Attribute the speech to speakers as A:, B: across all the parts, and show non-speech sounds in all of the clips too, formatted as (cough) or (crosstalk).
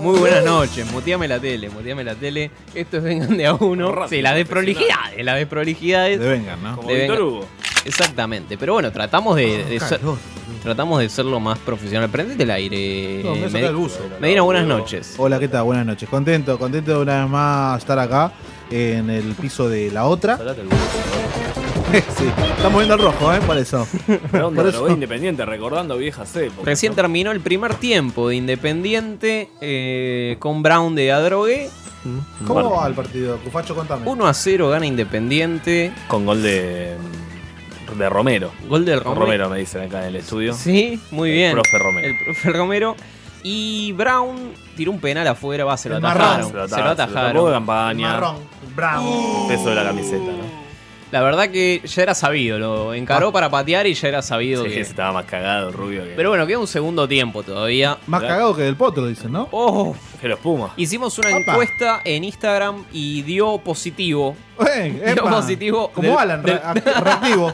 A: Muy buenas noches, muteame la tele, muteame la tele. Esto es Vengan de a uno. Sí, las desprolijidades, las desprolijidades.
B: De vengan, ¿no? Ah,
C: Como
A: De
C: Víctor
A: venga-
C: Hugo.
A: Exactamente, pero bueno, tratamos de, de ser, tratamos de ser lo más profesional. Prendete el aire.
B: No, me saca
A: Medi-
B: el buzo.
A: Medina, buenas noches.
B: Hola, ¿qué tal? Buenas noches. Contento, contento de una vez más estar acá en el piso de la otra.
C: Salate el buzo.
B: (laughs) sí, estamos viendo el rojo, ¿eh? Por
A: (laughs)
B: eso.
C: Una onda
B: Por
C: de
B: eso.
C: Robot Independiente, recordando viejas épocas.
A: Recién
C: ¿no?
A: terminó el primer tiempo de Independiente eh, con Brown de Adrogué.
B: ¿Cómo va el partido? Cufacho, contame.
A: 1 a 0 gana Independiente.
C: Con gol de, de Romero.
A: Gol del Romero.
C: Romero me dicen acá en el estudio.
A: Sí, muy
C: El
A: bien.
C: profe Romero.
A: El profe Romero. Y Brown tiró un penal afuera, va, se lo
B: El
A: atajaron.
B: marrón.
A: Se lo
C: Tampoco de
A: atajaron.
C: campaña.
B: Marrón, bravo.
A: Uh.
C: Peso de la camiseta, ¿no?
A: La verdad que ya era sabido, lo encaró para patear y ya era sabido
C: Ah. Sí,
A: que.
C: ese estaba más cagado, rubio que,
A: Pero bueno, queda un segundo tiempo todavía.
B: Más cagado que del potro, dicen, ¿no?
A: Oh,
C: que los Pumas.
A: hicimos una
B: Apa.
A: encuesta en Instagram y dio positivo
B: Eh, epa.
A: Digo Oh. positivo
B: Como
A: del-
B: Alan,
A: del-
B: re-
A: (laughs)
B: act- reactivo.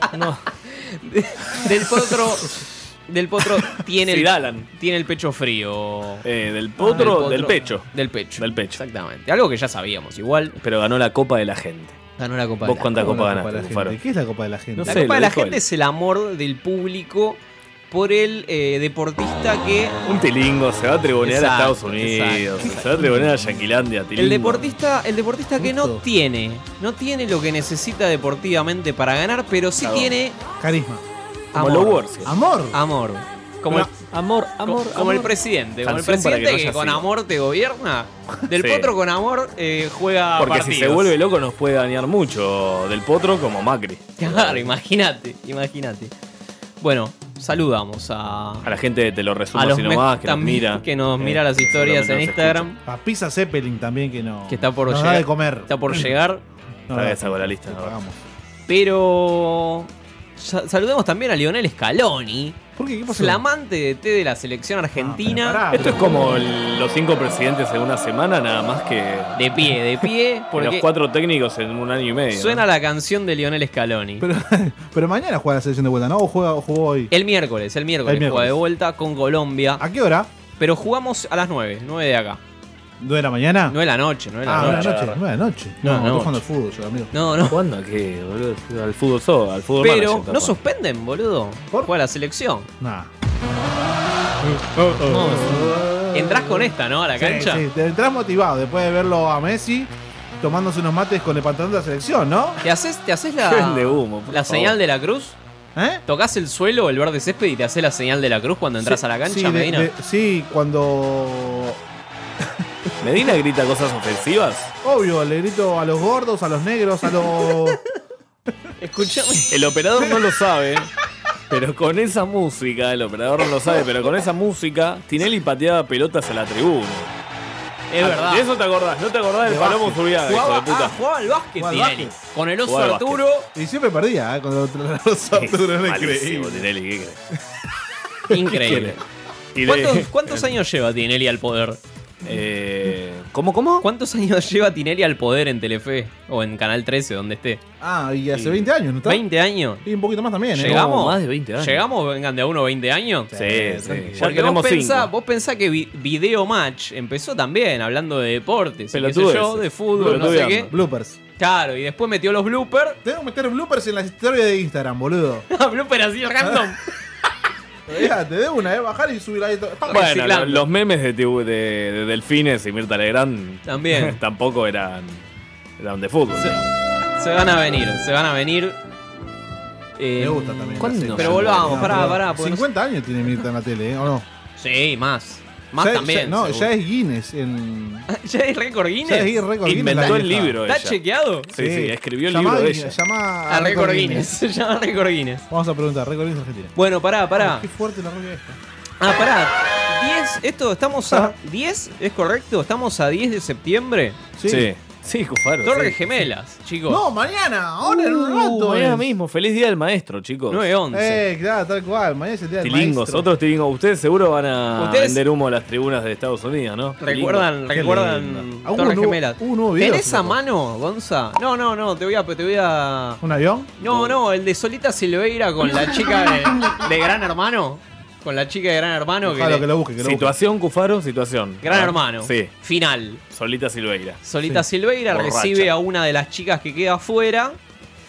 A: De- del potro. Del potro
C: (laughs)
A: tiene
C: Sir
A: el,
C: Alan.
A: tiene el pecho frío.
C: Eh, del potro, del
A: Ah, potro.
C: pecho.
A: Del pecho.
C: Del pecho.
A: Exactamente. Algo que ya sabíamos. Igual
C: Pero ganó la Copa de la Gente.
A: ganó la copa.
C: ¿Vos
A: de la-
C: cuánta
B: ¿Cómo la
C: copa
B: Copa de la
C: ganaste,
B: Gente?
C: Faro?
B: ¿Qué es la Copa de la Gente?
C: No
A: La
C: sé.
A: copa
C: lo
A: de la
C: dijo
A: gente
C: él.
A: es el amor del público por el eh, deportista que.
C: Un tilingo se va a tribunear a
A: Exacto,
C: Estados Unidos.
A: exacto,
C: Se va a tribunear a Yanquilandia, tilingo.
A: El deportista, el deportista que no
B: Justo.
A: tiene, no tiene lo que necesita deportivamente para ganar, pero sí
C: Claro.
A: tiene
B: Carisma.
C: Como
A: amor.
C: los Warriors.
B: Amor.
A: Amor. Como el,
C: Amor,
A: co- como el presidente. Como el
C: Canción para
A: presidente
C: que
A: que,
C: no haya
A: con
C: sido.
A: amor te gobierna. Del
C: Sí.
A: potro con amor eh, juega
C: Porque si
A: partidos.
C: se vuelve loco nos puede dañar mucho. Del potro como Macri.
A: (laughs) Claro, imagínate, imagínate. Bueno, saludamos a,
C: A la gente te lo resumo
A: a
C: así
A: me-
C: nomás, que nos
A: también
C: mira.
A: que nos
C: Eh,
A: mira las historias en
C: seguramente nos escucha.
A: Instagram.
B: A Pisa Zeppelin también que no.
A: Que está por
B: nos
A: llegar.
B: da de comer.
A: Está por llegar.
B: No,
C: Traga
B: no,
C: esa con la lista,
B: te
C: no.
B: pagamos.
A: Pero sa- saludemos también a Lionel Scaloni,
B: ¿Por qué? ¿Qué pasó?
A: flamante de T de la selección
B: Ah,
A: argentina.
B: pará.
C: Esto es como el- los cinco presidentes en una semana, nada más que
A: de pie, de pie,
C: los
A: porque
C: cuatro técnicos en un año y medio.
A: suena
C: ¿no?
A: la canción de Lionel Scaloni.
B: Pero, (laughs) pero mañana juega la selección de vuelta, ¿no? ¿O juega, o jugó hoy?
A: el miércoles, el miércoles,
B: El miércoles. Ah.
A: juega de vuelta con Colombia.
B: ¿A qué hora?
A: Pero jugamos a las 9, 9 de acá.
B: ¿Nueve de la mañana?
A: 9 de la noche, 9 de la
B: ah,
A: noche.
B: nueve de la noche. Nueve de la noche.
A: No,
B: No,
A: noche.
B: estoy jugando al fútbol yo, amigo.
A: No, no.
C: ¿Cuándo qué, boludo? Al fútbol soba, al fútbol manager,
A: Pero
C: capaz.
A: no suspenden, boludo.
B: ¿Por?
A: Juega la selección.
B: Nada.
A: Oh, Entrás con esta, ¿no? A la cancha.
B: Sí, te entras motivado después de verlo a Messi tomándose unos mates con el pantalón de la selección, ¿no?
A: ¿Te haces, te haces
C: Vende
A: la,
C: humo, por
A: la
C: favor.
A: señal de la cruz?
B: ¿Eh?
A: ¿Tocás el suelo o el verde césped y te haces la señal de la cruz cuando entras
B: Sí,
A: a la cancha,
B: sí, de-
A: Medina?
B: de- sí, cuando.
C: Medina grita cosas ofensivas.
B: Obvio, le grito a los gordos, a los negros, a
A: (laughs)
B: los.
A: Escuchame.
C: El operador no lo sabe, pero con esa música, el operador no lo sabe, pero con esa música, Tinelli pateaba pelotas a la tribuna.
A: Es
C: Ah,
A: verdad.
C: De eso te acordás, no te acordás del
B: De
C: palomo
B: básquet.
C: Zubiaga, hijo
A: Jugaba,
C: de puta.
A: ah, jugaba al básquet,
B: Jugaba al
A: Tinelli.
B: básquet.
A: Con el oso
C: Jugaba al básquet.
A: Arturo,
B: Y siempre perdía, ¿eh? Con los, los Arturo, no es
C: Malísimo,
B: creíble.
C: Tinelli, ¿qué crees?
A: increíble.
C: (laughs) Y le- (laughs)
A: ¿Cuántos, cuántos años lleva Tinelli al poder?
C: Eh, ¿Cómo, cómo?
A: ¿Cuántos años (laughs) lleva Tinelli al poder en Telefe? O en Canal 13, donde esté.
B: Ah, y hace
C: Sí.
B: 20 años, ¿no está?
A: ¿20 años?
B: Y un poquito más también, ¿eh?
A: ¿Llegamos?
C: No, más de 20 años.
A: ¿Llegamos, vengan de a uno, 20 años?
C: Sí, sí. Ya
A: Porque vos
C: tenemos
A: pensá,
C: cinco.
A: vos pensá que vi- Video Match empezó también hablando de deportes, y qué sé
C: Pelotudeces.
A: yo, de fútbol, no sé qué.
C: Pelotudeando.
B: Bloopers.
A: Claro, y después metió los bloopers. (laughs)
B: Tenemos que meter bloopers en las historias de Instagram, boludo.
A: bloopers así random.
B: Mirá, te debo una, ¿eh? Bajar y subir ahí. todo. Pa-
C: Bueno,
A: reciclando.
C: lo- los memes de, tibu- de- de Delfines y Mirta Legrand
A: También.
C: (laughs) tampoco eran, eran de fútbol.
A: Sí.
C: ¿no?
A: se van a venir, se van a venir. Eh,
B: Me gusta también.
C: ¿cuándo?
B: la serie.
A: Pero volvamos,
B: No,
A: pará,
B: pero
A: pará. porque no-
B: 50 años tiene Mirta en la tele, ¿eh? ¿O no?
A: Sí, más. Más
B: Ya-
A: también.
B: ya- no,
A: seguro. (laughs)
B: ya es Guinness. En,
A: ¿Ya es récord Guinness?
B: ya es récord Guinness.
C: Inventó
B: la
C: el
B: vieja.
C: libro.
A: ¿Está
C: ella.
A: chequeado?
C: Sí, sí, escribió el
B: Llamá
C: libro
B: a
C: de
B: Guinness,
C: ella.
B: Llamá
A: A récord Guinness. Ah, (laughs) Se llama récord Guinness.
B: Vamos a preguntar, récord Guinness Argentina.
A: Bueno, pará, pará.
B: Qué fuerte la rubia esta.
A: Ah, pará. 10, esto, estamos a 10, ¿es correcto? Estamos a 10 de septiembre.
C: Sí. Sí, Cufaro.
A: Torres
C: sí.
A: Gemelas, chicos.
B: No, mañana, ahora en un
C: Uh,
B: rato.
C: mañana
B: es.
C: mismo. Feliz día del maestro, chicos.
A: 9-11.
B: Eh, claro, tal cual. Mañana es el día del
C: Tilingos,
B: maestro.
C: otros tilingos. Ustedes seguro van a
A: Ustedes-
C: vender humo a las tribunas de Estados Unidos, ¿no?
A: Recuerdan,
B: Qué
A: recuerdan
B: lindo. Ah, hubo
A: Torres
B: un nuevo-
A: Gemelas.
B: hubo un nuevo video,
A: ¿Tenés a
B: supongo.
A: mano, Gonza? No, no, no, te voy a. Te voy a...
B: ¿Un avión?
A: No, no, el de Solita Silveira con la chica de, de Gran Hermano. Con la chica de Gran Hermano. Que
B: Ojalá
A: le-
B: que lo busque, que lo busque.
C: Situación, Cufaro, situación.
A: Gran
C: Ah,
A: Hermano.
C: Sí,
A: Final.
C: Solita Silveira.
A: Solita
B: Sí.
A: Silveira
C: Borracha.
A: recibe a una de las chicas que queda afuera.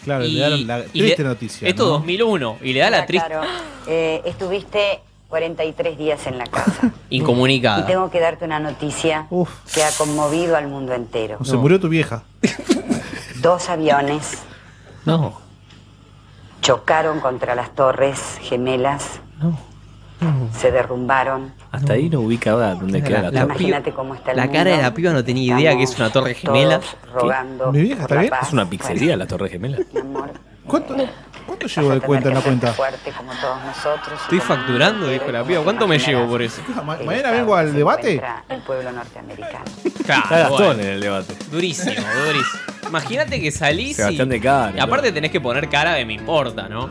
B: Claro,
A: y-
B: le dieron la
A: y le-
B: triste noticia.
A: Esto
B: ¿no?
A: 2001. Y le da la
D: Hola,
A: triste
D: Caro. Eh, estuviste 43 días en la
A: (laughs)
D: casa. y
A: incomunicada.
D: tengo que darte una noticia
B: Uf.
D: que ha conmovido al mundo entero.
B: Se murió tu vieja.
D: Dos aviones
A: No,
D: chocaron contra las torres gemelas,
C: No,
D: se derrumbaron.
C: hasta ahí no ubicaba dónde
A: La-
C: queda la,
A: la-
C: torre.
D: Imagínate cómo está el
A: la
D: mundo.
A: cara de la piba no tenía idea que es una torre
D: Estamos
A: gemela.
D: todos rogando
B: ¿Mi vieja está
D: por la
B: bien?
D: paz.
C: Es una pizzería la Torre Gemela.
D: Bueno, mi amor,
B: ¿Cuánto, cuánto
D: vas
B: llegó
D: a
B: de
D: tener
B: cuenta en
D: que
B: la
D: hacerte
B: cuenta?
D: fuerte como todos nosotros.
A: Estoy
D: como
A: facturando,
D: el
A: dijo la
D: mundo
A: piba.
D: entero,
A: ¿Cuánto me
D: como
A: llevo
D: imaginarás
A: por eso?
B: Ma-
D: el
B: mañana
D: estado
B: vengo al
D: se
B: debate.
D: encuentra El pueblo norteamericano.
C: Está
A: Claro,
C: Gastón
A: Ah, bueno.
C: en el debate.
A: Durísimo, durísimo. Imagínate que salís
C: Sebastián
A: y...
C: de cara.
A: y aparte tenés que poner cara de me importa, ¿no?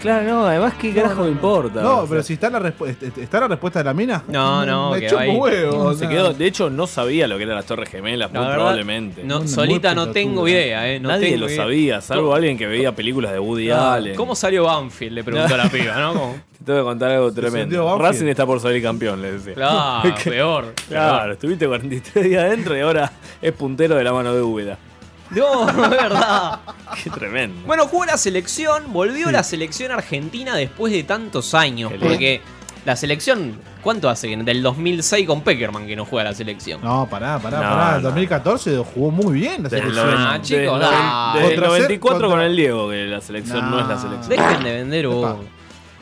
C: Claro, no, además, ¿qué carajo me importa?
B: No,
C: O sea,
B: pero si está la, respu- est- est- está la respuesta de la mina.
A: No, no,
B: Me
A: que
B: chupo
A: ahí-
B: huevo. o
C: se
B: sea.
C: quedó. De hecho, no sabía lo que eran las Torres Gemelas,
A: La
C: muy
A: verdad,
C: probablemente.
A: No,
B: Una
A: solita
B: muy
A: no tengo
B: pelotuda.
A: idea, ¿eh? No
C: Nadie
A: tengo
C: lo
A: idea.
C: sabía, salvo
A: ¿Cómo-
C: alguien que veía películas de Woody Allen.
A: ¿Cómo salió Banfield? Le preguntó
C: (laughs)
A: la piba, ¿no? Como,
C: Te tengo que contar algo
B: Descendió
C: tremendo.
B: Banfield.
C: Racing está por salir campeón, le decía.
A: claro, "Ah, peor.
C: Claro, estuviste 43 días adentro y ahora es puntero de la mano de Úbeda.
A: No, (laughs) es verdad.
C: Qué tremendo.
A: Bueno, jugó la selección, volvió la selección argentina después de tantos años.
C: Qué lindo.
A: Porque la selección, ¿cuánto hace? que Del 2006 con Peckerman que no juega la selección.
B: No, pará, pará,
C: No,
B: pará. El
C: no.
B: 2014 jugó muy bien la
C: Desde el
B: selección.
A: noven-
C: noven-
A: ah, chicos,
C: desde el
A: dale.
C: noven- desde el
B: Contra ser-
C: 94 con
B: contra-
C: el Diego, que la selección no, es la selección.
A: Dejen de vender
B: Epa.
A: o.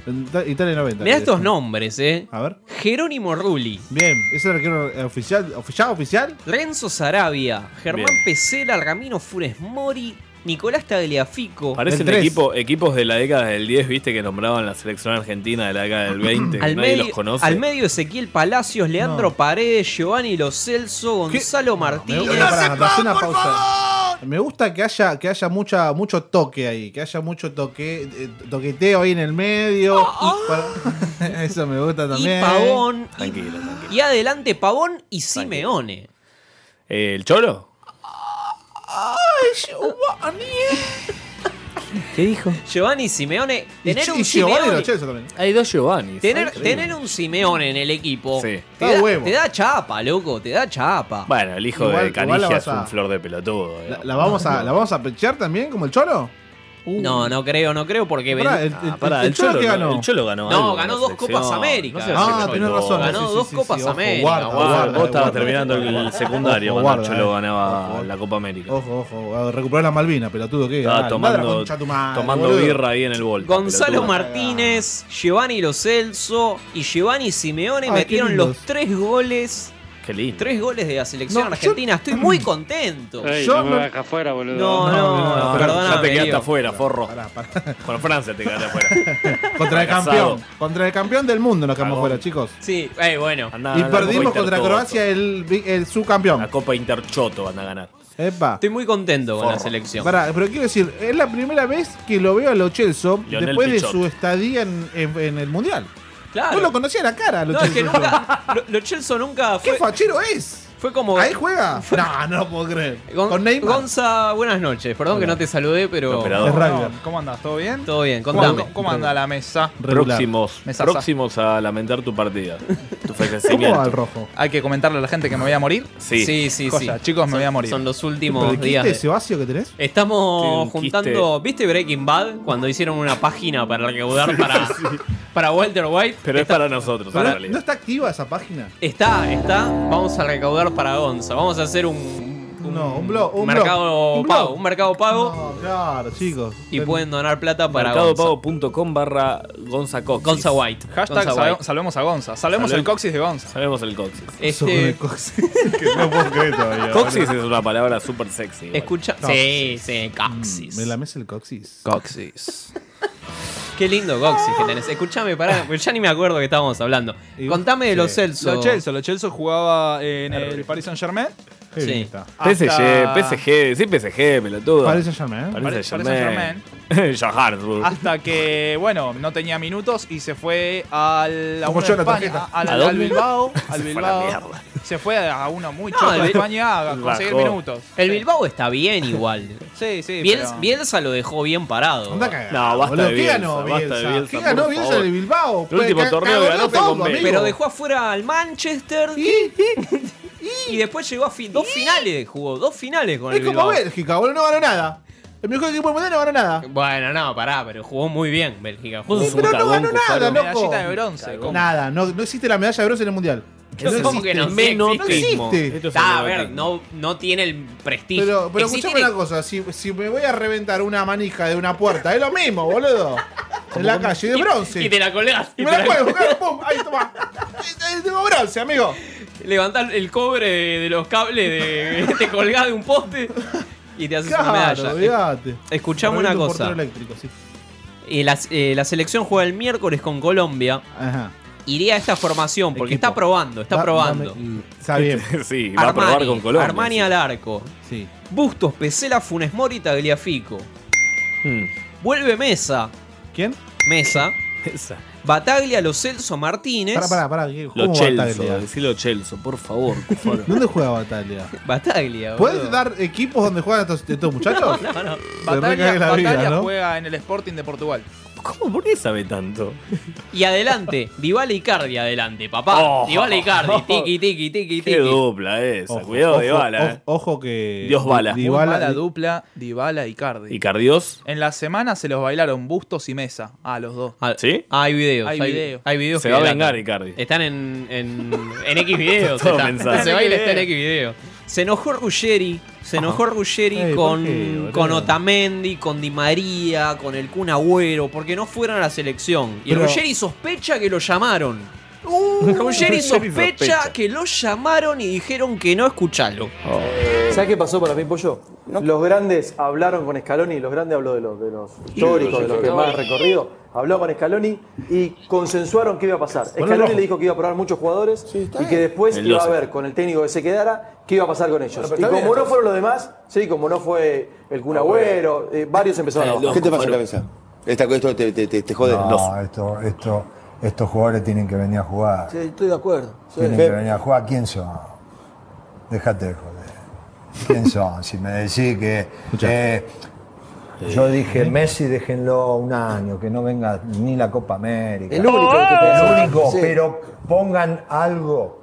B: Ita- Italia 90.
A: Mirá estos
B: Eh,
A: nombres, ¿eh?
B: A ver.
A: Jerónimo Rulli.
B: Bien, ¿es el arquero eh, oficial? ¿Oficial? ¿Oficial?
A: Renzo Sarabia, Germán
C: Bien.
A: Pesela, Ramiro Funes Mori, Nicolás Tagliafico,
C: Parecen
B: El tres.
C: equipo, equipos de la década del 10, viste, que nombraban la selección argentina de la década del 20, que
A: al,
C: Este, nadie
A: medio,
C: los conoce.
A: al medio Ezequiel Palacios, Leandro
B: No.
A: Paredes, Giovanni Lo Celso, Gonzalo
B: Me,
A: Martínez.
B: gusta- pará, pará, hacé una pausa. Me gusta que haya, que haya mucha, mucho toque ahí, que haya mucho toque, eh, toqueteo ahí en el medio. Para- (laughs) Eso me gusta
A: Ah, y
B: también.
A: Pavón. Y,
C: Tranquilo, tranquilo.
A: y adelante Pavón y Simeone.
C: Eh, ¿El Cholo? ¿Qué dijo?
A: Giovanni Simeone.
B: Y,
A: Tener
B: Ch-
A: un
B: y Giovanni
A: Simeone.
B: Lo Celso también.
C: Hay dos Giovanni.
A: Tener, tener un Simeone en el equipo.
C: Sí.
A: Te,
B: Da
A: da,
B: huevo.
A: te da chapa, loco. Te da chapa.
C: Bueno, el hijo
B: Igual-
C: de
B: igual la
C: Canigia
B: vas
C: es un
B: a-
C: flor de pelotudo.
B: ¿La,
C: digamos.
B: la vamos a, ¿La vamos a pechar también como el Cholo? Uh.
A: no, no creo, no creo porque...
B: Pará, el,
C: Ah,
B: el-
C: pará,
B: el Cholo, que
C: no,
B: ganó.
C: el Cholo ganó.
A: No,
C: algo
A: ganó
C: con la
A: dos
C: selección.
A: Copas América.
C: No seas
B: Ah,
C: chico,
B: tenés
C: no.
B: razón.
A: Ganó dos Copas
B: ojo,
A: América,
B: Guarda,
A: guarda,
C: Guarda,
B: guarda,
C: vos estabas
B: guarda.
C: terminando el secundario
B: Ojo, guarda,
C: cuando el Cholo
B: eh.
C: ganaba
B: Ojo.
C: la Copa América.
B: Ojo, ojo, a recuperar la Malvina, pelotudo, ¿qué?
C: Estaba
B: Ah, la
C: tomando,
B: concha de tu madre,
C: tomando
B: boludo.
C: birra ahí en el bol.
A: Gonzalo
C: pelotudo.
A: Martínez, Giovanni Lo Celso y Giovanni Simeone
B: Ay, Ah, qué
A: metieron
B: lindos.
A: los tres goles,
C: Qué lindo.
A: tres goles de la selección
B: No, yo-
A: argentina. Estoy muy contento.
E: Ey,
B: Yo
E: no me
B: no-
E: dejas fuera, boludo.
A: No, no,
B: no,
C: No,
A: perdóname,
C: ya te quedaste
A: Diego.
C: afuera, forro.
B: Pará, pará. (laughs)
C: Con Francia te quedaste afuera.
B: Contra el
C: Fracasado.
B: campeón. Contra el campeón del mundo nos quedamos
C: Cagón.
B: fuera, chicos.
A: Sí, eh, bueno.
C: Andá,
B: y
C: andá,
B: perdimos
C: Copa
B: contra
C: Intertoto.
B: Croacia el, el subcampeón.
C: La Copa Interchoto van a ganar.
B: Epa.
A: Estoy muy contento con la
C: Forro.
A: selección.
B: Pará, pero quiero decir, es la primera vez que lo veo a Lo Celso
C: Lionel
B: después de
C: Pichot.
B: su estadía en, en- en el Mundial.
A: Claro.
B: No lo conocía la cara, Lo
A: No, es que
B: Celso.
A: nunca. Lo, lo Celso nunca
B: ¿Qué
A: fue.
B: fachero es?
A: Fue como.
B: ¿Ahí juega? No, no lo puedo creer.
A: Gon-
B: Con Neymar.
A: Gonza, buenas noches. Perdón que no te saludé, pero.
C: El operador.
B: Es River.
F: No, ¿Cómo andas? ¿Todo bien?
A: Todo bien,
F: ¿Cómo-
A: contame.
F: ¿Cómo, anda la mesa?
B: Regular.
C: Próximos,
F: Me zarza.
C: próximos a lamentar tu partida.
B: (laughs)
C: Tu
B: ¿Cómo va el
C: fallecimiento.
B: rojo?
F: Hay que comentarle a la gente que me voy a morir.
C: Sí.
A: sí, sí.
F: Cosa,
A: sí.
F: chicos, me
A: Son-
F: voy a morir.
A: Son los
B: ¿Pero
A: últimos
B: el
A: días.
B: quiste
A: de-
B: ese vacío que tenés?
C: Tiene
A: Estamos
C: un quiste.
A: juntando. ¿Viste Breaking Bad? Cuando hicieron una página para recaudar para, para Walter White.
C: Pero es para nosotros, en
B: Pero no,
C: realidad.
B: está activa esa página?
A: Está, está. Vamos a recaudar para Gonza. Vamos a hacer un, un
G: No, un blog. Un
A: mercado
G: blog, un
A: pago,
G: blog.
A: un mercado pago
G: No, claro, chicos.
A: y pueden donar plata para Gonza.
C: Mercadopago.com barra Gonza Coxis.
A: Gonza White.
F: Hashtag
A: Gonza
F: salve-
A: White.
F: salvemos a Gonza. Salvemos
C: Salve-
F: el coxis de Gonza.
C: Sabemos el Coxis.
G: Eso con el
A: Este,
G: coxis. que no puedo creer todavía.
C: (laughs) Coxis es una palabra súper sexy. igual.
A: escucha, sí, sí, Coxis.
G: Mm, ¿Me lames el coxis?
F: Coxis.
A: (laughs) Qué lindo Coxis que tenés. Escuchame, pará, porque ya ni me acuerdo que estábamos hablando.
G: Y-
A: Contame de los
G: sí.
A: Celso.
F: Lo Chelsea, lo Chelsea jugaba en el Paris Saint Germain.
G: Qué
A: Sí.
G: bien está.
C: PSG, PSG, sí PSG, pelotudo.
G: Parece Ah, llamar, ¿eh?
C: Parece
F: Parece-
C: Germain. (laughs) Germain.
F: Hasta que, bueno, no tenía minutos y se fue al, a
G: Como
F: uno
G: yo
F: de
G: en la
F: España,
G: tarjeta.
F: a- al,
C: ¿A dónde?
F: al Bilbao. Al
C: Se fue a la
F: Bilbao.
C: mierda.
F: Se fue a uno muy
A: No,
F: choto de
A: el-
F: España a conseguir
C: Bajó.
F: minutos.
A: El
F: Sí.
A: Bilbao está bien igual.
F: Sí, sí.
A: Biel-
F: pero-
A: Bielsa lo dejó bien parado.
G: Anda cagada,
C: No, basta
G: boludo.
C: de
G: ¿Qué
C: Bielsa,
G: ganó
C: basta de
G: Bielsa?
C: Bielsa,
G: ¿Qué
C: por
G: ganó Bielsa
C: favor.
G: del Bilbao?
C: El último
G: Ca-
C: torneo que
G: cagó
C: ganó fue
G: todo,
C: con B.
G: amigo.
A: Pero dejó afuera al Manchester
G: Y- y-
A: y después llegó a fi- dos finales, jugó dos finales con
G: Es
A: el
G: como
A: Bilbao.
G: Bélgica, boludo, no ganó nada. El mejor equipo del mundial no ganó nada.
A: Bueno, no, pará, pero jugó muy bien Bélgica. Jugó
C: Vos
G: Sí,
C: sos un
G: pero no
C: cagón,
G: ganó nada,
C: Cufaro.
G: loco.
F: Medallita de bronce. ¿cómo?
G: Nada, no, no existe la medalla de bronce en el mundial.
A: Eso
G: No
A: es como
G: existe.
A: que no sé,
C: Menotismo.
G: existe.
C: Esto es
A: Está, a
C: menotismo.
A: ver, no, no tiene el prestigio.
G: Pero, pero
A: Existe
G: escuchame
A: el-
G: una cosa, si, si me voy a reventar una manija de una puerta, es lo mismo,
A: (laughs)
G: boludo. En la calle, de bronce.
A: Y te la colgás.
G: Y me la cuelgo, claro, pum, ahí toma. Eh, eh, Tengo bronce, amigo.
A: Levantás el cobre de, de los cables, de, (laughs) te colgás de un poste y te haces una
G: Claro,
A: medalla.
G: olvídate.
A: Escuchame una
G: Reviento un
A: cosa.
G: portero eléctrico, sí.
A: Eh, la, eh, la selección juega el miércoles con Colombia.
G: Ajá.
A: Iría a esta formación porque
G: Equipo.
A: está probando, está
G: Va-
A: probando.
G: dame- mm, Está bien,
C: (laughs) Sí, va a probar con Colombia.
A: Armani
C: sí.
A: al arco.
G: sí.
A: Bustos, Pesela, Funes Mori, Tagliafico.
C: Hmm.
A: Vuelve Mesa.
G: ¿Quién?
A: Mesa.
C: (laughs) Esa.
A: Bataglia, Los Celso, Martínez.
G: Pará, pará, pará. ¿qué-
C: Lo
G: ¿Cómo
C: Chelso,
G: Bataglia?
C: decilo Chelso, por favor.
G: (laughs)
C: Cufaro.
G: ¿Dónde juega Bataglia?
A: Bataglia.
G: ¿Puedes
A: boludo.
G: dar equipos donde juegan estos,
A: (laughs)
G: estos muchachos?
A: No, no.
G: recae
F: Batalla,
G: la vida,
F: Batalla
G: ¿no?
F: juega en el Sporting de Portugal.
C: ¿Cómo? ¿Por qué sabe tanto?
A: Y adelante, Dybala y Cardi adelante, papá.
C: Oh.
A: Dybala y Cardi, tiki, tiki, tiki,
C: Qué
A: tiki.
C: dupla esa. Cuidado de bala.
G: ojo, ojo que.
C: Dios bala.
G: Di-
F: Muy
G: Dybala-
F: mala
G: Di-
F: dupla, Dybala y Cardi.
C: ¿Y Cardios?
F: En la semana se los bailaron Bustos y Mesa, a los dos.
A: Ah,
C: ¿Sí?
A: ah, hay videos.
F: Hay videos.
A: hay videos
C: Se
A: que
C: va a
A: delatan.
C: vengar Icardi.
A: Están en, en, en X videos.
C: Todo
A: está.
C: pensado.
A: Se baila está en X videos. Se enojó Ruggeri. Se enojó Ruggeri
G: Ey, ¿por
A: con,
G: qué, boludo?
A: con Otamendi, con Di María, con el Kun Agüero, porque no fueron a la selección. Y
G: Pero-
A: Ruggeri sospecha que lo llamaron. Uh, Ruggeri sospecha
C: sospecha.
A: que lo llamaron y dijeron que no escucharlo.
H: ¿Sabes qué pasó para mí, Pollo? Los grandes hablaron con Scaloni, los grandes habló de los, de los históricos, de los que más han recorrido. Habló con Scaloni y consensuaron qué iba a pasar. Scaloni
G: rojo.
H: le dijo que iba a probar muchos jugadores y que
A: Pues
H: después
C: El
H: iba a
C: doce.
H: ver con el técnico que se quedara qué iba a pasar con ellos. Y como no fueron los demás, sí, como no fue el Kun Agüero, eh, varios empezaron a bajar.
I: ¿Qué te pasa en la cabeza? Esta, esto te, te, te- te jode.
J: No, esto, esto, estos jugadores tienen que venir a jugar.
H: Sí, estoy de acuerdo. sí.
J: Tienen que venir a jugar. ¿Quién son? Déjate de joder. ¿Quién son? Si me decís que. eh, yo dije, Messi déjenlo un año, que no venga ni la Copa América.
H: El único que pensó.
J: Ah, El único,
H: Sí.
J: pero pongan algo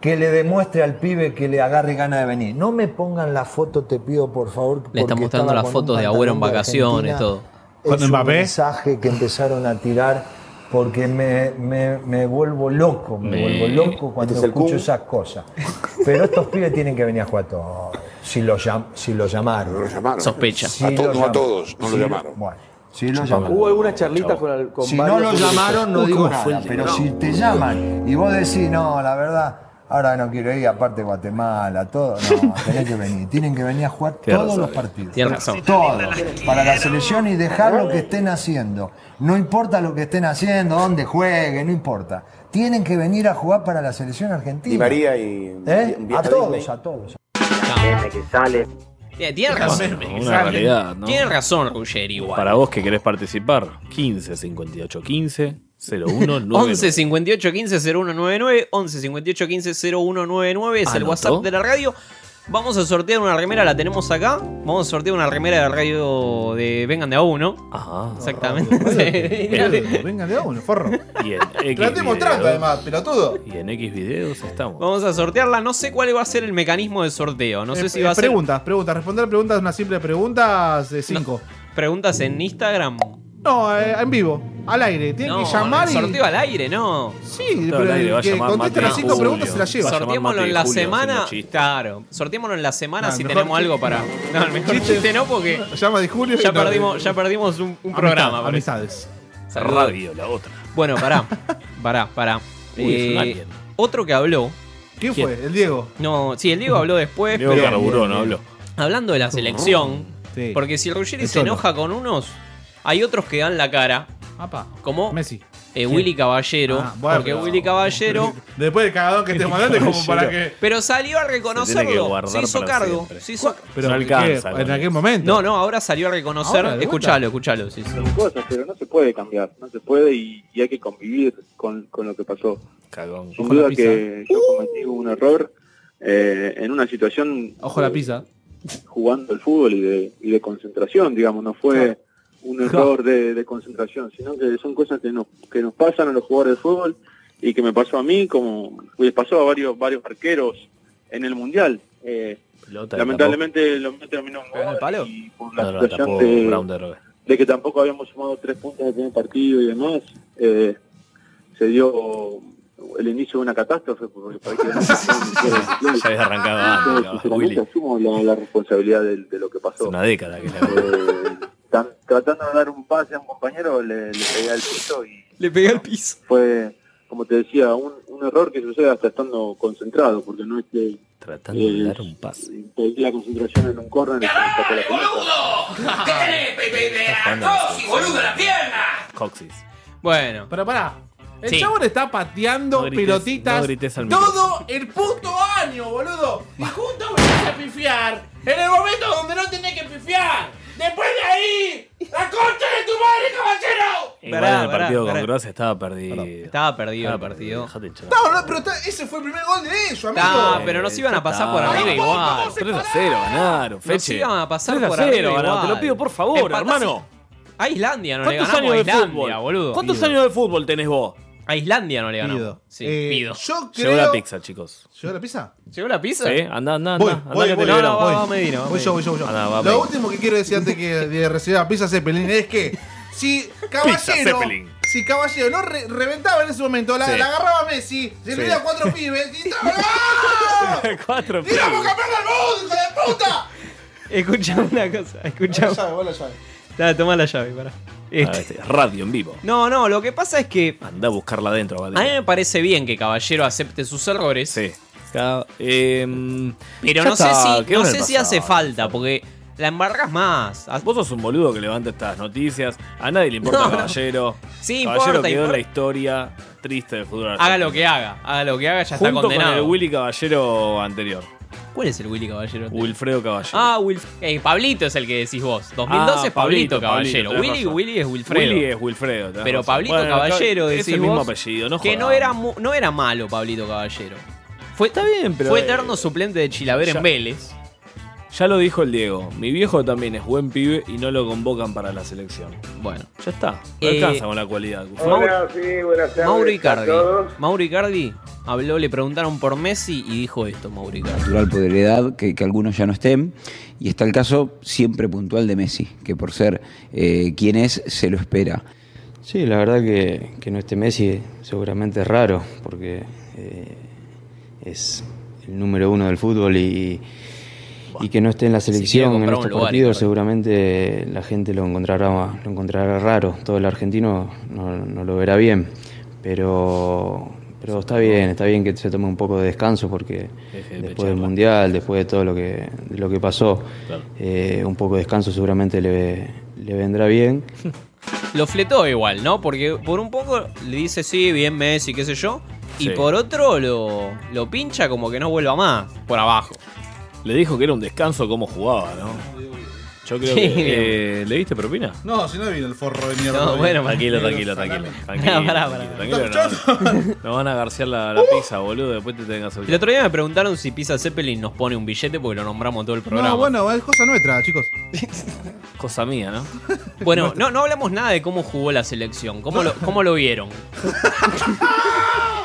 J: que le demuestre al pibe que le agarre gana de venir. No me pongan la foto, te pido por favor.
A: Le están
J: porque
A: mostrando
J: estaba
A: la
J: con
A: foto
J: un
A: de Agüero en
J: pantalón de
A: vacaciones,
J: Argentina.
A: todo.
G: Con
J: Es un
G: Mbappé.
J: mensaje que empezaron a tirar porque me, me- me vuelvo loco, me vuelvo loco cuando
I: Este es el
J: escucho
I: Kun.
J: esas cosas. Pero estos pibes tienen que venir a jugar todo. Si lo, llam- si lo
I: No
J: llamaron.
I: lo llamaron.
A: Sospecha.
J: Si
I: A
J: lo
I: todos, no a
J: llamaron.
I: todos, no
J: Si
I: lo llamaron.
J: Bueno, si lo llamaron.
H: Hubo algunas charlitas con, al- con
J: Si no
H: varios
J: lo
H: futbolistas.
J: llamaron, no
H: Uy,
J: digo
H: cómo fue
J: nada.
H: el
J: Pero
H: tema.
J: si te llaman y vos decís, no, la verdad, ahora no quiero ir, aparte Guatemala, todo, no, tenés que venir. Tienen que venir a jugar
C: Tienes
J: todos los
C: razón.
J: partidos.
A: Tienes razón.
J: Todos. Para la selección y dejar lo que estén haciendo. No importa lo que estén haciendo, dónde jueguen, no importa. Tienen que venir a jugar para la selección argentina.
I: Di María y.
J: ¿Eh?
I: y-
J: A
I: Disney.
J: todos, a todos.
A: Tiene- Tiene razón.
C: Una realidad, ¿no?
A: Tiene razón Ruggeri igual.
C: Para vos que querés participar, 15 58 15
B: (laughs)
C: 01
A: 11 58 15 0199 11 58 15 0199 es el
C: Anotó.
A: WhatsApp de la radio. Vamos a sortear una remera, la tenemos acá. Vamos a sortear una remera de radio de Vengan de a uno.
C: Ajá.
A: Exactamente.
G: Venga, le damos un
C: (laughs)
G: forro.
B: (laughs)
C: Y en X
G: Traté mostrando,
C: videos-
G: además, pelotudo.
C: Y en X videos
A: (laughs)
C: estamos.
A: Vamos a sortearla. No sé cuál va a ser el mecanismo de sorteo. No sé
G: Eh,
A: si va a
G: eh,
A: ser
G: Preguntas, preguntas. Responder preguntas, una simple pregunta de 5.
A: preguntas en Instagram.
G: eh, No, eh, en vivo.
B: Al aire, tienen que llamar
A: el
B: y.
A: sorteo al aire, no.
B: Sí,
C: Todo
B: pero
C: el aire va a
B: el que
C: llamar
B: conteste
C: Mati
B: las
C: a
B: cinco
C: Julio.
B: preguntas se las
C: Va a
B: lleva.
C: llamar
A: Sorteémoslo
C: Mate
A: en la
C: Julio
A: semana.
C: haciendo chistes.
A: Claro. Sorteémoslo en la semana
B: Ah,
A: si
B: mejor
A: tenemos
B: chiste.
A: algo para. No, el mejor
B: Chiste.
A: chiste no, porque
B: Llama de Julio. y
A: ya
B: no-
A: perdimos, ya perdimos un, un
B: Amistad-
A: programa. parece.
B: Amistades.
A: Saludos.
C: Radio,
B: (laughs)
C: la otra.
A: Bueno, pará. Pará, pará.
C: Uy, es un
A: Eh,
C: alien.
A: otro que habló.
B: ¿Quién fue? El Diego.
A: No, sí, el Diego habló después,
C: Diego
A: pero
C: carburó, no habló.
A: hablando de la selección.
B: Sí.
A: Porque si Ruggeri
B: El
A: se
B: Cholo.
A: enoja con unos, hay otros que dan la cara.
B: Apa.
A: Como
B: Messi.
A: eh, Willy Caballero.
B: Ah, bueno,
A: porque
B: pero-
A: Willy Caballero.
B: (laughs) Después del cagadón que te mandaste, como para que.
A: Pero salió a
C: Se tiene que
A: reconocerlo.
C: guardar
A: Se, hizo
C: para
A: cargo.
C: siempre.
A: se hizo-
B: Pero
C: No alcanza,
B: ¿qué?
C: con
B: en aquel
C: eso.
B: momento.
A: No, no, ahora salió a reconocer.
B: Ahora, de
A: escuchalo, escuchalo. sí, sí.
K: cosas, pero no se puede cambiar, no se puede y, y hay que convivir con, con lo que pasó.
C: Cagón.
K: Sin
B: Ojo la
K: duda
B: pizza.
K: que yo cometí un error eh, en una situación
B: Ojo la pizza.
K: jugando al fútbol y de, y de concentración, digamos, no fue un error de, de concentración, sino que son cosas que nos, que nos pasan a los jugadores de fútbol y que me pasó a mí, como les pasó a varios varios arqueros en el Mundial. Eh,
C: Pelota,
K: lamentablemente lo mío terminó en
A: ¿Pegó en el
K: gol
A: palo?
K: y por la
C: la tapó- no, no, la
K: situación
C: tapó
K: de-
C: Brown de Robe.
K: (laughs) de que tampoco habíamos sumado tres puntos en el primer partido y demás, eh, se dio el inicio de una catástrofe porque parece
C: (laughs)
K: que no
C: Ya habías arrancado antes,
K: Yo,
C: capaz, Willy.
K: sinceramente asumo la, la responsabilidad de, de lo que
C: Hace
K: pasó.
C: una década que la
K: (laughs) Eh, tan- tratando de dar un pase a un compañero, le, le pegué al piso y
A: Le pegué al piso.
K: fue, como te decía, un, un error que sucede hasta estando concentrado, porque no es que
C: Tratando de dar un pase.
K: eh, la concentración en un córner y se me escapó la pelota.
A: Eh,
C: Coxis.
A: Bueno,
B: Pero pará. El
A: Sí.
B: chabón está pateando
C: No grites-
B: pelotitas
C: no grites al
B: todo el puto año, boludo. Y justo venís a pifiar en el momento donde no tenés que pifiar. Después de ahí, la concha de tu madre, caballero.
C: Igual
A: Pará,
C: en el
A: pará,
C: partido
A: pará.
C: con Gross estaba perdido.
A: estaba perdido el
C: Estaba
A: partido.
C: Dejate de chorar.
B: No, no, pero está- ese fue el primer gol de ellos, amigo.
A: Está, Ah, pero nos iban a pasar por arriba
B: Pará, vos,
A: igual.
B: vos,
C: 3 a 0 ganaron, Feche.
A: Nos iban a pasar
C: 3 a
A: por
C: 0
A: arriba
C: ganaron,
A: igual.
C: te lo pido por favor,
A: Empatás-
C: hermano.
A: A Islandia no le
C: ¿Cuántos
A: ganamos a
C: años de
A: Islandia,
C: fútbol?
A: boludo.
C: ¿Cuántos
A: Pido.
C: años de fútbol tenés vos?
A: A Islandia no le ganamos.
B: Pido.
A: Sí,
B: Eh,
A: pido.
B: Yo creo...
C: Llegó la pizza, chicos.
B: ¿Llegó la pizza?
A: ¿Llegó la pizza? (laughs)
C: Sí, anda, anda, anda.
B: Voy,
C: anda
B: voy,
C: que te
B: voy,
C: libero.
A: no,
B: voy.
A: va, Medina, va,
B: Voy yo, voy yo, voy yo.
C: Andá, va,
B: Lo
C: Medina.
B: último que quiero decir antes que de recibir la pizza Zeppelin es que si Caballero,
C: Zeppelin.
B: si Caballero no re- reventaba en ese momento, la,
C: Sí.
B: la agarraba Messi, se le dio a (laughs) cuatro pibes y ¡Ah!
C: Cuatro
B: ¡Tiramos
C: pibes.
B: campeón del mundo, hijo de puta!
A: Escucha una cosa, escucha. (laughs) Dale, toma la llave, pará.
C: A
A: Este.
C: ver, este, Radio en vivo.
A: No, no, lo que pasa es que
C: Anda a buscarla adentro,
A: a mí
C: Badía.
A: me parece bien que Caballero acepte sus errores.
C: Sí. Ca- em,
A: Pero
C: ya
A: no sé
C: está,
A: si,
C: quedó
A: no
C: en el
A: sé si
C: pasado.
A: hace falta, porque la embarras más.
C: Ah, Vos sos un boludo que levanta estas noticias. A nadie le importa
A: No, no.
C: Caballero.
A: Sí,
C: Caballero
A: importa,
C: quedó en
A: importa.
C: la historia triste del fútbol argentino.
A: Haga lo que haga, haga lo que haga, ya está
C: Junto
A: condenado.
C: con el Willy Caballero anterior.
A: ¿Cuál es el Willy Caballero?
C: Wilfredo Caballero.
A: Ah, Wilf eh, Pablito es el que decís vos. 2012
C: Ah,
A: es Pablito,
C: Pablito,
A: Caballero.
C: tenés
A: Willy,
C: razón.
A: Willy es Wilfredo.
C: Willy es Wilfredo. tenés
A: pero
C: razón.
A: Pablito
C: Bueno,
A: Caballero
C: es
A: decís
C: el mismo
A: vos,
C: apellido, no
A: Que no
C: jodamos.
A: era, mu- no era malo Pablito Caballero. Fue,
C: Está bien, pero,
A: Fue
C: eh,
A: eterno suplente de Chilaver
C: ya-
A: en Vélez.
C: Ya lo dijo el Diego. Mi viejo también es buen pibe y no lo convocan para la selección.
A: Bueno.
C: Ya está. No
A: Eh,
C: alcanza con la cualidad.
A: Mauro,
K: Ah, sí, buenas
A: Mauro Icardi. Mauro Icardi habló, le preguntaron por Messi y dijo esto, Mauro Icardi.
K: natural por heredad que, que algunos ya no estén. Y está el caso siempre puntual de Messi, que por ser eh, quien es, se lo espera.
E: Sí, la verdad que, que no esté Messi seguramente es raro, porque eh, es el número uno del fútbol y, y que no esté en la
A: quiere
E: selección en
A: comprar un
E: estos
A: lugar,
E: partidos,
A: Icardi.
E: seguramente la gente lo encontrará, lo encontrará raro. Todo el argentino no, no lo verá bien, pero, pero está bien, está bien que se tome un poco de descanso porque
C: Deje de
E: después
C: pecharla.
E: del Mundial, después de todo lo que, de lo que pasó,
C: Claro.
E: eh, un poco de descanso seguramente le, le vendrá bien.
A: Lo fletó igual, ¿no? Porque por un poco le dice, sí, bien Messi, qué sé yo. Y
C: Sí.
A: por otro lo, lo pincha como que no vuelva más por abajo.
C: Le dijo que era un descanso cómo jugaba, ¿no? Yo creo
A: Sí.
C: que. eh, ¿Le diste propina?
B: No, si no vino el forro de mierda.
A: No, bueno,
C: (laughs) Tranquilo, tranquilo, tranquilo. Tranquilo,
A: Pará, pará,
C: tranquilo, tranquilo, no, no van a garciar la, la pizza, boludo. Después te tengas
A: El otro día me preguntaron si Pizza Zeppelin nos pone un billete porque lo nombramos todo el programa.
B: No, bueno, es cosa nuestra, chicos.
C: Cosa mía, ¿no?
A: Bueno, no, no hablamos nada de cómo jugó la selección, cómo lo, cómo lo
C: (laughs)
A: vieron.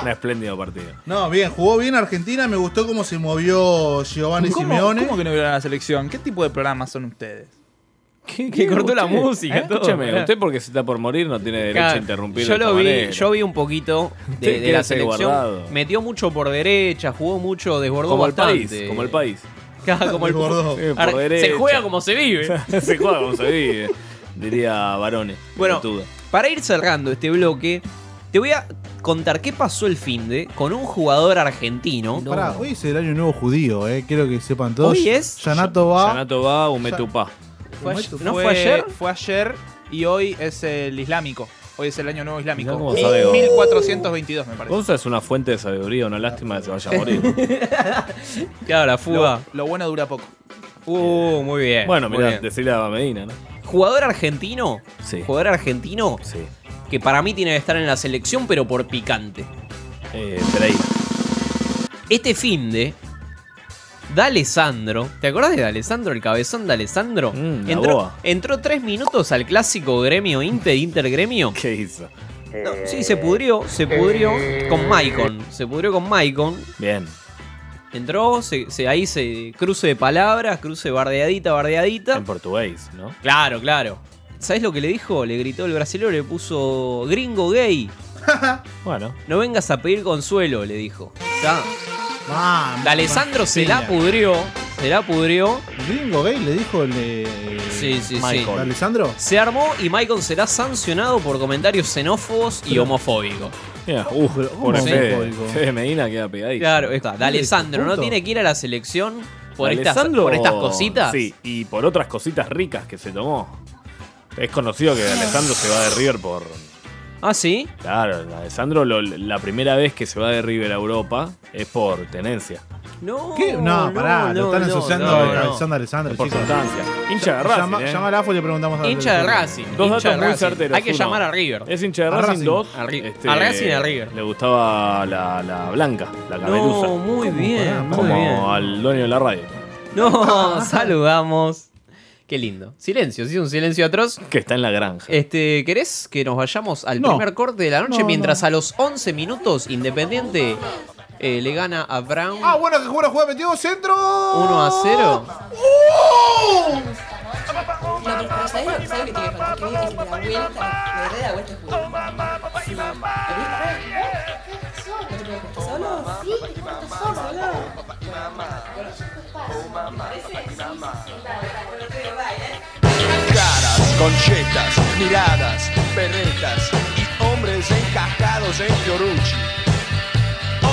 C: Un espléndido partido.
B: No, bien, jugó bien Argentina, me gustó cómo se movió Giovanni
F: ¿Cómo,
B: Simeone.
F: cómo que no vieron a la selección? ¿Qué tipo de programas son ustedes?
A: Que, que cortó la
C: Usted-
A: música.
C: ¿Eh?
A: todo.
C: Escúchame, usted porque se está por morir no tiene derecho a
A: Claro,
C: interrumpir.
A: Yo lo vi, yo vi un poquito
C: Usted
A: de, de la
C: quédese
A: selección.
C: guardado.
A: Metió mucho por derecha, jugó mucho, desbordó
C: Como el
A: bastante.
C: país, como el país.
A: (laughs) Claro, como el
C: Desbordó. Sí, por
A: Ahora, Se
C: derecha.
A: juega como se vive.
C: (laughs) se juega como se vive. Diría varones.
A: Bueno,
C: pelotudo.
A: Para ir cerrando este bloque, te voy a contar qué pasó el fin de con un jugador argentino.
B: Pará, hoy es el año nuevo judío, eh. Quiero que sepan todos.
A: Hoy es-
B: Yanato
A: ah.
B: va.
C: Yanato va, Umetupá.
F: Fue ayer-
A: ¿No fue ayer?
F: Fue ayer y hoy es el islámico. Hoy es el año nuevo islámico.
C: Mirá cómo sabe, vos.
F: 1422, me parece.
C: Gonza es una fuente de sabiduría, una lástima que se vaya a morir.
A: Claro, la fuga.
F: Lo, lo bueno dura poco.
A: Uh, muy bien.
C: Bueno,
A: muy
C: mirá,
A: bien.
C: decirle a Medina, ¿no?
A: Jugador argentino.
C: Sí.
A: Jugador argentino. Que para mí tiene que estar en la selección, pero por picante.
C: Eh, Pereira.
A: Este fin de. D'Alessandro, ¿te acordás de D'Alessandro, el cabezón de Alessandro?
C: Mm, la
A: entró,
C: boa.
A: entró tres minutos al clásico gremio Inter, Inter
C: (laughs)
A: gremio.
C: ¿Qué hizo?
A: sí, se pudrió, se pudrió con Maicon. Se pudrió con Maicon.
C: Bien.
A: Entró, se, se- ahí se cruce de palabras, cruce bardeadita, (laughs) bardeadita.
C: Em.
A: En
C: portugués, ¿no?
A: Claro, claro. ¿Sabés lo que le dijo? Le gritó el brasileño, le puso gringo gay.
C: bueno.
A: No vengas a pedir consuelo, le dijo. Ya.
B: Vamos,
A: D'Alessandro se
B: Marcela.
A: la pudrió. Se la pudrió.
B: Gringo gay le dijo el de.
A: Sí, sí, sí.
B: Michael. ¿Alessandro?
A: Se armó y Michael será sancionado por comentarios xenófobos y
C: Pero-
A: homofóbicos.
C: Mira, uh, pobre
A: Sí.
C: Fede. Fede Medina queda pegadito.
A: Claro, está. D'Alessandro no
C: Punto.
A: tiene que ir a la selección por, estas,
C: Alessandro-
A: por estas cositas.
C: Sí, y por otras cositas ricas que se tomó. Es conocido que Alessandro se va de River por.
A: Ah, sí.
C: Claro, Alessandro lo- la primera vez que se va de River a Europa es por tenencia.
A: No,
B: ¿Qué? No, pará, lo están asociando
C: no,
B: al
C: no.
B: cabezón de Alessandro,
C: Por
B: chicos.
C: sustancia. Hincha de Racing.
B: Llama,
C: eh.
B: llama a Lafo y le preguntamos a
A: Hincha de Racing. hincha
C: Dos datos
A: de
C: muy
A: Racing.
C: certeros.
A: Hay que
C: Uno,
A: llamar a River.
C: Es hincha de
A: A
C: Racing,
A: Racing.
C: dos.
A: A Ri-
C: este,
A: a Racing y a River.
C: Le gustaba la, la blanca, la cabelusa.
A: No, muy bien, muy
C: Como
A: bien.
C: (laughs) al dueño de la radio.
A: No, (laughs) saludamos. Qué lindo. Silencio, sí, un silencio atroz.
C: Que está en la granja.
A: Este, ¿querés que nos vayamos al
C: No.
A: primer corte de la noche?
C: No,
A: mientras a los 11 minutos Independiente eh, le gana a Brown
B: Ah, bueno, que jugó la jugada, metió centro. ¡Oh!
A: 1 a 0.
L: ¿Sabés lo que sabés que tiene que faltar? Que diga que la vuelta, la verdadera vuelta es jugar. Sí. ¿Estás solo? Sí, ¿estás solo?
M: Caras, conchetas, miradas, perretas y hombres encajados en Fiorucci.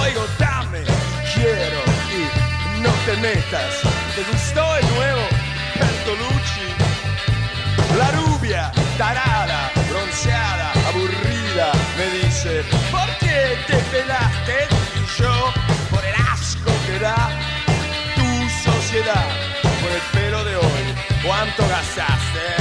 M: Oigo, dame, quiero y no te metas. ¿Te gustó el nuevo Bertolucci? La rubia, tarada, bronceada, aburrida, me dice, ¿por qué te pelaste? Y yo, por el asco que da tu sociedad, por el pelo de hoy, ¿cuánto gastaste?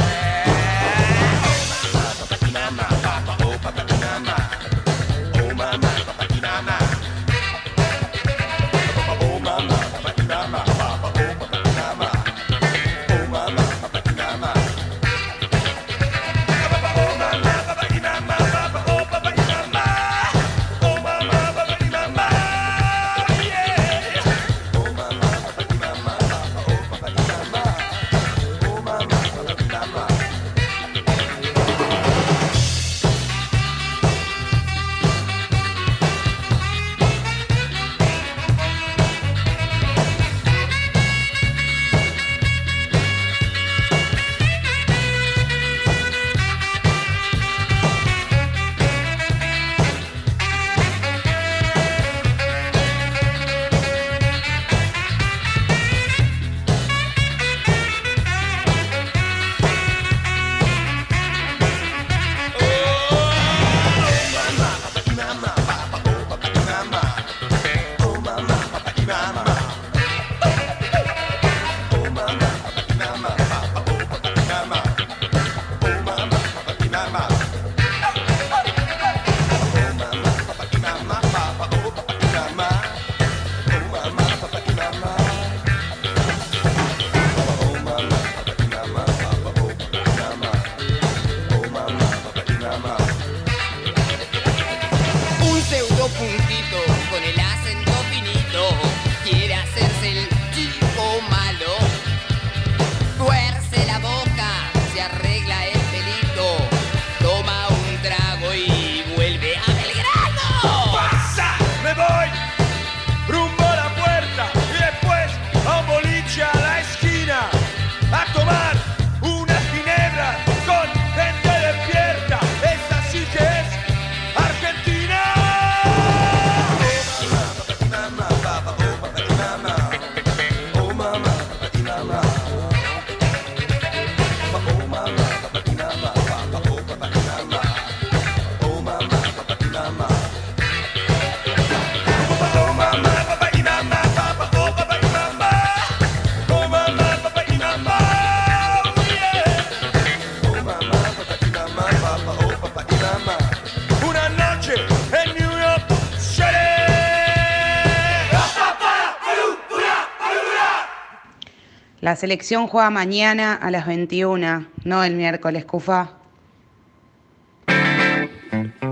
D: La selección juega mañana a las 21, no el miércoles, Cufa.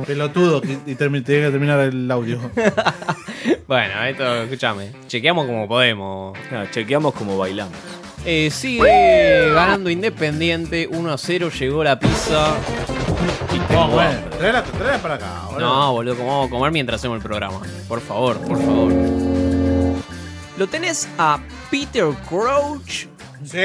B: Pelotudo, que- y termi- tenía que terminar el audio.
A: Bueno, esto, escúchame. Chequeamos como podemos.
C: chequeamos como bailamos.
A: Eh, sigue ganando Independiente 1 a 0. Llegó la pizza. Y tengo hambre.
B: Traela, traela para acá.
A: No, boludo, ¿cómo vamos a comer mientras hacemos el programa? Por favor, por favor. Lo tenés a Peter Crouch.
B: Sí,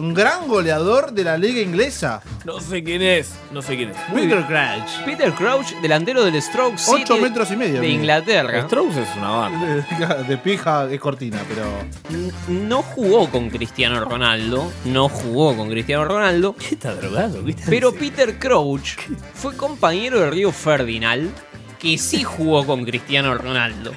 B: un gran goleador de la liga inglesa.
C: No sé quién es, no sé quién es.
B: Peter Crouch.
A: Peter Crouch, delantero del Stroke City.
B: Ocho metros y medio.
A: De
B: mide.
A: Inglaterra.
C: es una
B: (laughs) De, de pija es cortina, pero.
A: No jugó con Cristiano Ronaldo. No jugó con Cristiano Ronaldo.
C: Está drogado, ¿viste?
A: Pero Peter Crouch fue compañero de Río Ferdinand. Que sí jugó con Cristiano Ronaldo.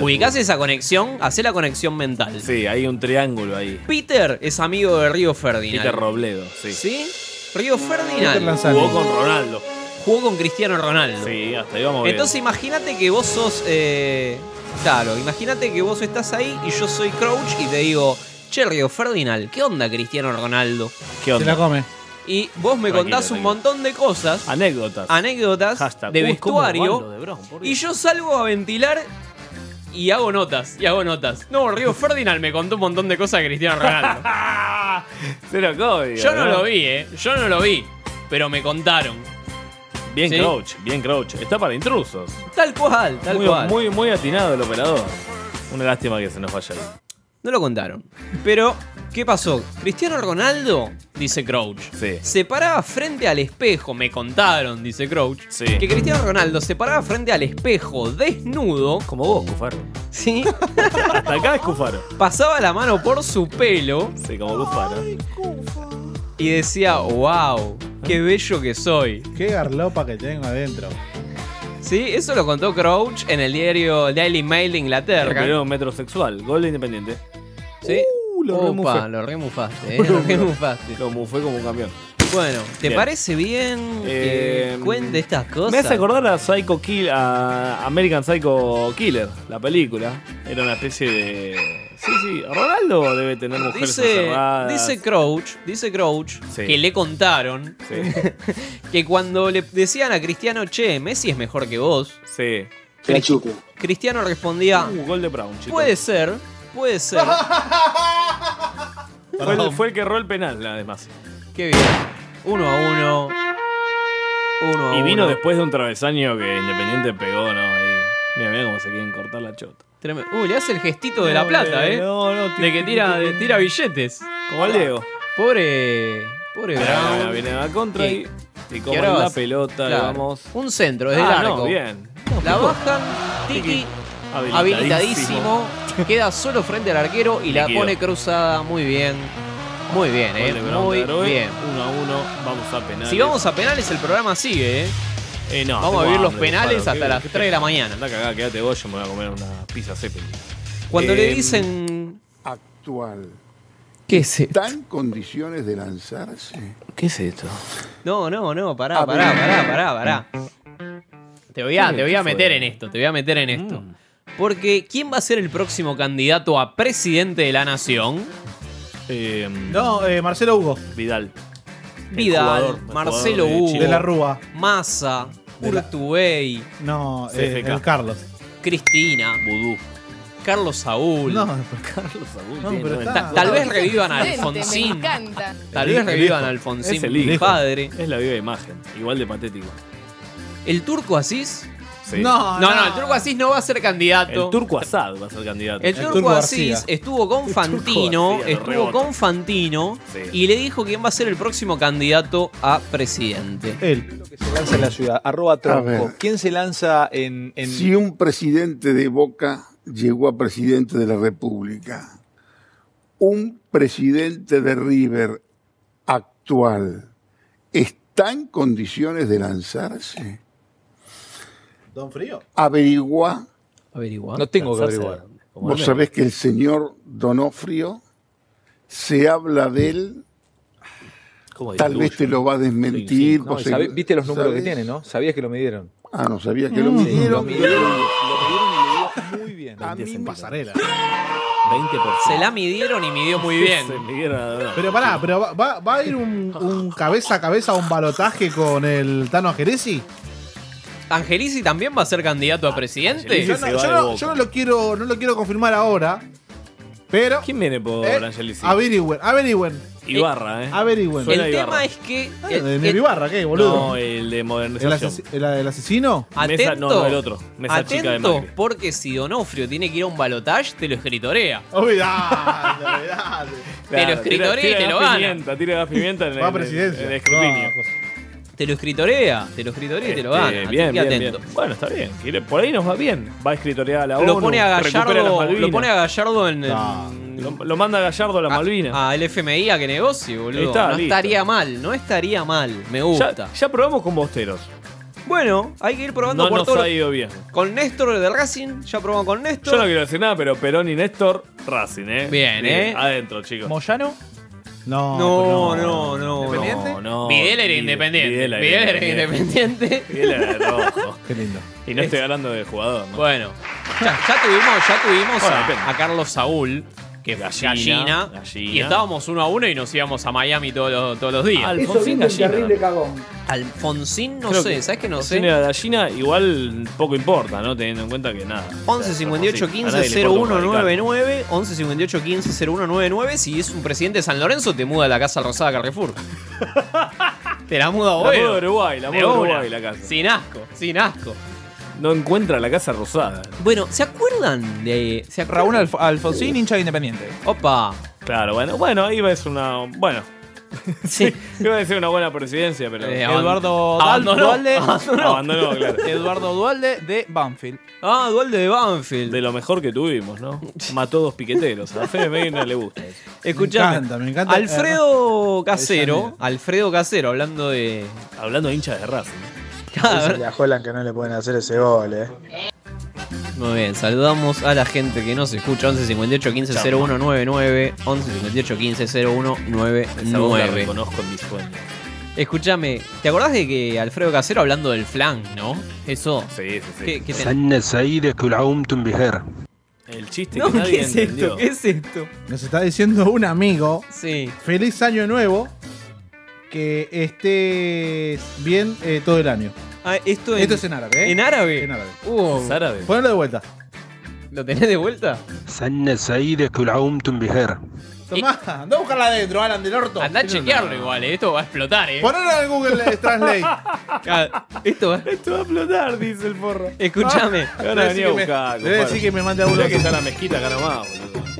A: Ubicás esa conexión, hacé la conexión mental.
C: Sí, hay un triángulo ahí.
A: Peter es amigo de Río Ferdinand.
C: Peter Robledo, sí.
A: ¿Sí? Río
C: Peter
A: Ferdinand
C: Lanzani. Jugó con Ronaldo.
A: Jugó con Cristiano Ronaldo.
C: Sí, hasta ahí vamos bien.
A: Entonces imagínate que vos sos. eh, claro, imagínate que vos estás ahí y yo soy Crouch y te digo, Che, Río Ferdinand, ¿qué onda Cristiano Ronaldo?
C: ¿Qué onda?
B: Se la come.
A: Y vos me
C: Tranquilo,
A: contás un montón de cosas.
C: Anécdotas.
A: Anécdotas
C: Hashtag.
A: de
C: Uy, cómo
A: vestuario.
C: hablo de Brown, por
A: y yo salgo a ventilar y hago notas. Y hago notas. No, Río Ferdinand me contó un montón de cosas de Cristiano Ronaldo.
C: (laughs) Ah, Se lo come,
A: Yo no
C: ¿verdad?
A: lo vi, eh. Yo no lo vi. Pero me contaron.
C: Bien
A: ¿Sí?
C: Crouch, bien Crouch. Está para intrusos.
A: Tal cual, tal
C: muy,
A: cual.
C: Muy, muy atinado el operador. Una lástima que se nos vaya.
A: No lo contaron. Pero, ¿qué pasó? Cristiano Ronaldo, dice Crouch, se paraba frente al espejo. Me contaron, dice Crouch, que Cristiano Ronaldo se paraba frente al espejo desnudo.
C: Como vos,
A: (laughs)
C: Cufaro. (laughs)
A: Sí.
C: Hasta acá es Cufaro.
A: Pasaba la mano por su pelo.
C: Sí, como Cufaro.
A: Y decía, wow,
C: Ah.
A: qué bello que soy.
B: Qué garlopa que tengo adentro.
A: Sí, eso lo contó Crouch en el diario Daily Mail de Inglaterra.
C: Pero metrosexual, gol de Independiente.
A: ¿Sí?
C: Uh, lo
A: Opa,
C: remufé.
A: lo remufaste,
C: (laughs)
A: eh, lo remufaste.
C: Lo mufé como un campeón.
A: Bueno, ¿te
C: Bien.
A: parece bien que
C: Eh,
A: cuente estas cosas?
C: Me hace acordar a Psycho Kill, a American Psycho Killer, la película. Era una especie de. Sí, sí. Ronaldo debe tener mujeres
A: Dice,
C: encerradas.
A: dice Crouch, dice Crouch
C: Sí.
A: que le contaron que cuando le decían a Cristiano, che, Messi es mejor que vos,
C: sí.
A: Te la chupo. Cristiano respondía,
C: Uh, gol de Brown, chicos.
A: Ah. puede ser, puede
C: (laughs)
A: ser.
C: Fue el, fue el que erró el penal, además.
A: Qué bien. Uno a uno. Uno a
C: Y vino
A: uno.
C: después de un travesaño que Independiente pegó, ¿no? Ahí. Mira, mira cómo se quieren cortar la chota.
A: Tremendo. Uh, le hace el gestito de la
C: No,
A: plata,
C: le-
A: ¿eh?
C: no, no,
A: de que tira, de- tira billetes.
C: Como al Diego.
A: Pobre. Pobre
C: Ahora, ahora
A: Brown.
C: viene a la contra y- y
A: que
C: coman
A: ahora
C: la
A: vas-
C: pelota,
A: claro.
C: vamos.
A: Un centro, desde el
C: Ah, no,
A: arco.
C: bien.
A: La bajan, tiki, habilitadísimo. Queda solo frente al arquero y la
C: Líquido.
A: pone cruzada muy bien. Muy bien,
C: Gol
A: eh.
C: de Brown
A: Muy
C: de Aroe,
A: bien.
C: Uno a uno, vamos a penales.
A: Si vamos a penales, el programa sigue, eh.
C: Eh, no,
A: Vamos a
C: tengo
A: vivir los
C: hambre,
A: penales
C: Gonzalo,
A: hasta
C: qué-
A: las
C: qué
A: 3 de la
C: pena.
A: mañana.
C: Anda cagá, quédate vos, yo me voy a comer una pizza Zeppelin.
A: Cuando le
C: Eh,
A: dicen.
N: Actual.
A: ¿Qué es
N: ¿Está en condiciones de lanzarse?
C: ¿Qué es esto?
A: No, no, no, pará, pará, pará, pará, pará. Te voy a,
C: Ah, ¿Qué-
A: te voy a
C: qué fue? Mm.
A: meter en esto, te voy a meter en esto. Porque, ¿quién va a ser el próximo candidato a presidente de la nación?
B: No, eh, Marcelo Hugo.
C: em, Vidal.
A: Vidal,
B: jugador, el
A: Marcelo
B: jugador de
A: Hugo,
B: Chile. De la Rúa.
A: Massa, Urtubey,
B: No, eh,
A: CFK.
B: el Carlos.
A: Cristina,
C: Vudú, (laughs)
A: Carlos Saúl.
B: No,
C: Carlos Saúl.
B: No, pero está-
A: Tal vez revivan a
L: Excelente, Me
A: Alfonsín.
L: encanta.
A: Tal
C: El
A: vez
C: hijo, el
A: revivan a
C: hijo.
A: Alfonsín,
C: Es el hijo.
A: padre.
C: Es la viva imagen. Igual de patético.
A: ¿El turco Asís?
C: Sí.
L: Ah,
A: No, no, el turco Asís no va a ser candidato.
C: El turco Asad va a ser candidato.
A: El turco, Asís estuvo con Fantino,
C: García, lo
A: estuvo
C: rebota.
A: con Fantino
C: Sí.
A: y le dijo quién va a ser el próximo candidato a presidente.
B: Él.
O: se lanza en la ciudad? Arroba tronco.
N: ver.
O: ¿Quién se lanza en, en-
N: Si un presidente de Boca llegó a presidente de la República, un presidente de River actual está en condiciones de lanzarse,
B: Don Frío.
N: averigua.
A: Averigua.
O: No tengo que averiguar.
N: Vos sabés que el señor Donofrio se habla de él,
C: ¿Cómo
N: tal vez te lo va a desmentir.
O: No,
N: vos
O: y sabe-
N: seg-
O: viste los números
N: sabés.
O: que tiene, ¿no? Sabías que lo midieron.
N: Ah, no sabía que lo
O: Sí,
N: midieron.
O: lo midieron, lo midieron y lo midieron muy bien.
B: En pasarela.
A: Se la midieron y midió muy bien.
C: Se midieron a la
B: Pero pará, pero va, va- va a ir un, un cabeza a cabeza, un balotaje con el Tano Jerezi.
A: ¿Angelici también va a ser candidato a presidente?
B: Yo, no, yo no- yo no lo quiero, no lo quiero confirmar ahora, pero.
C: ¿Quién viene por
B: eh,
C: Angelici?
B: Averigüen, averigüen.
C: Ibarra, ¿eh?
B: Averigüen.
C: Suena
B: El
C: Ibarra.
A: tema es que. eh,
B: Ah, de Emilio Ibarra, ¿qué, boludo?
C: No, el de
B: ¿El,
C: modernización.
B: ases- el- el asesino?
C: Mesa- no, no, el otro. Mesa chica de
A: Atento,
C: Macri.
A: porque si Donofrio tiene que ir a un balotage, te lo escritorea.
B: Olvidate,
C: (laughs)
A: Te lo
C: Claro, tira-
A: escritorea y
C: tira
A: te
C: gas
A: lo gana.
C: pimienta, Tira gas pimienta en el,
A: Va a
C: en el-
A: presidencia.
C: en el escrutinio.
B: Ah,
A: Te lo escritorea, te lo escritorea y te lo
C: Este,
A: gana. así
C: Bien,
A: que
C: bien,
A: atento.
C: bien. Bueno, está bien. Quiere- Por ahí nos va bien. Va a escritorear a la
A: Lo
C: ONU,
A: pone a
C: recupera las
A: Gallardo,
C: Malvinas.
A: lo pone a Gallardo en.
C: Ah,
A: lo,
C: manda a Gallardo
A: Ah,
C: a la
A: Malvina. Al FMI a que negocie, boludo.
C: Está,
A: no
C: listo.
A: estaría mal, no estaría mal. Me gusta.
C: Ya, ya probamos con Bosteros.
A: Bueno, hay que ir probando
C: No
A: por
C: nos
A: todo.
C: ha ido bien.
A: Con Néstor de Racing, ya probamos con Néstor.
C: Yo no quiero decir nada, pero Perón y Néstor, Racing, ¿eh?
A: Bien, ¿eh?
C: Adentro, chicos.
F: ¿Moyano?
B: No,
A: no, no, no.
C: ¿Independiente? No,
A: Videla era
C: Vide-
A: independiente.
C: Videla era
A: Videla era independiente.
C: (laughs) Videla era
A: (laughs)
C: de rojo.
B: Qué lindo.
C: Y no estoy hablando de jugador, ¿no?
A: Bueno, ya, ya tuvimos, ya tuvimos
C: Bueno, depende.
A: a, a Carlos Saúl, que es gallina,
C: Gallina,
A: Y estábamos uno a uno y nos íbamos a Miami todos los, todos los
C: Ah,
A: días.
H: cagón.
A: Alfonsín, no
C: Creo
A: sé,
C: que
A: ¿sabes que no
C: Alfonsín era
A: sé?
C: de gallina, igual poco importa, ¿no? Teniendo en cuenta que nada.
A: 11 58
C: A
A: 15
C: nadie le importa un
A: 0199 11 58 15 0199 Si es un presidente de San Lorenzo, te muda a la Casa Rosada
C: (laughs)
A: Carrefour. te la muda a
C: La
A: Boedo.
C: muda a Uruguay, la
A: De
C: muda a
A: una.
C: Uruguay la casa.
A: Sin asco, sin asco.
C: No encuentra la casa rosada.
A: Bueno, ¿se acuerdan de. ¿se acuerdan?
F: Raúl Alf- Alfonsín, hincha de Independiente.
C: (laughs)
A: Opa.
C: Claro, bueno, bueno, ahí va es una. Bueno.
A: Sí.
C: Iba a decir una buena presidencia, pero.
F: Eh,
C: (laughs)
F: Eduardo Dal- Dualde.
C: Abandonó, claro.
F: Eduardo Dualde de Banfield.
A: Ah, Dualde de Banfield.
C: De lo mejor que tuvimos, ¿no? Mató dos piqueteros. A Fede Medina le gusta. eso.
A: Escuchame.
C: Me encanta, me encanta. eh,
A: Alfredo Casero. Alfredo Casero, hablando de.
C: Hablando de hinchas de Racing.
P: Dicen a Holland que no le pueden hacer ese gol, eh.
A: Muy bien, saludamos a la gente que nos escucha. 11 58 15 0199. 11 58 15
C: Esa voz la
A: 0199.
C: reconozco en mis sueños.
A: Escúchame, ¿te acordás de que Alfredo Casero hablando del flan, no? Eso.
C: Sí, sí, sí.
A: ¿Qué, qué ten-
Q: سن السعيد كل عام وانتم بخير
C: El chiste
A: No,
C: que nadie
A: ¿qué es
C: entendió.
A: esto? ¿Qué es esto?
B: Nos está diciendo un amigo.
A: Sí.
B: Feliz año nuevo. Que estés bien eh, todo el año.
A: Ah, esto,
B: Esto es en árabe, ¿eh?
A: ¿En árabe?
B: En árabe.
A: Uh,
B: Ponelo de vuelta.
A: ¿Lo tenés de vuelta?
Q: سن السعيد كل عام وانتم بخير
B: Tomá, andá a buscarla adentro, Alan del Orto.
A: Andá a chequearlo igual, eh, esto va a explotar, eh.
B: Ponelo en Google Translate. (laughs)
A: Ah, Esto va.
C: Esto va a explotar, dice el forro.
A: Escúchame.
B: Ah,
C: Ahora venía a buscar.
B: debe
C: compadre.
B: decir que me mande a buscar.
C: Mirá que está la mezquita acá nomás, boludo.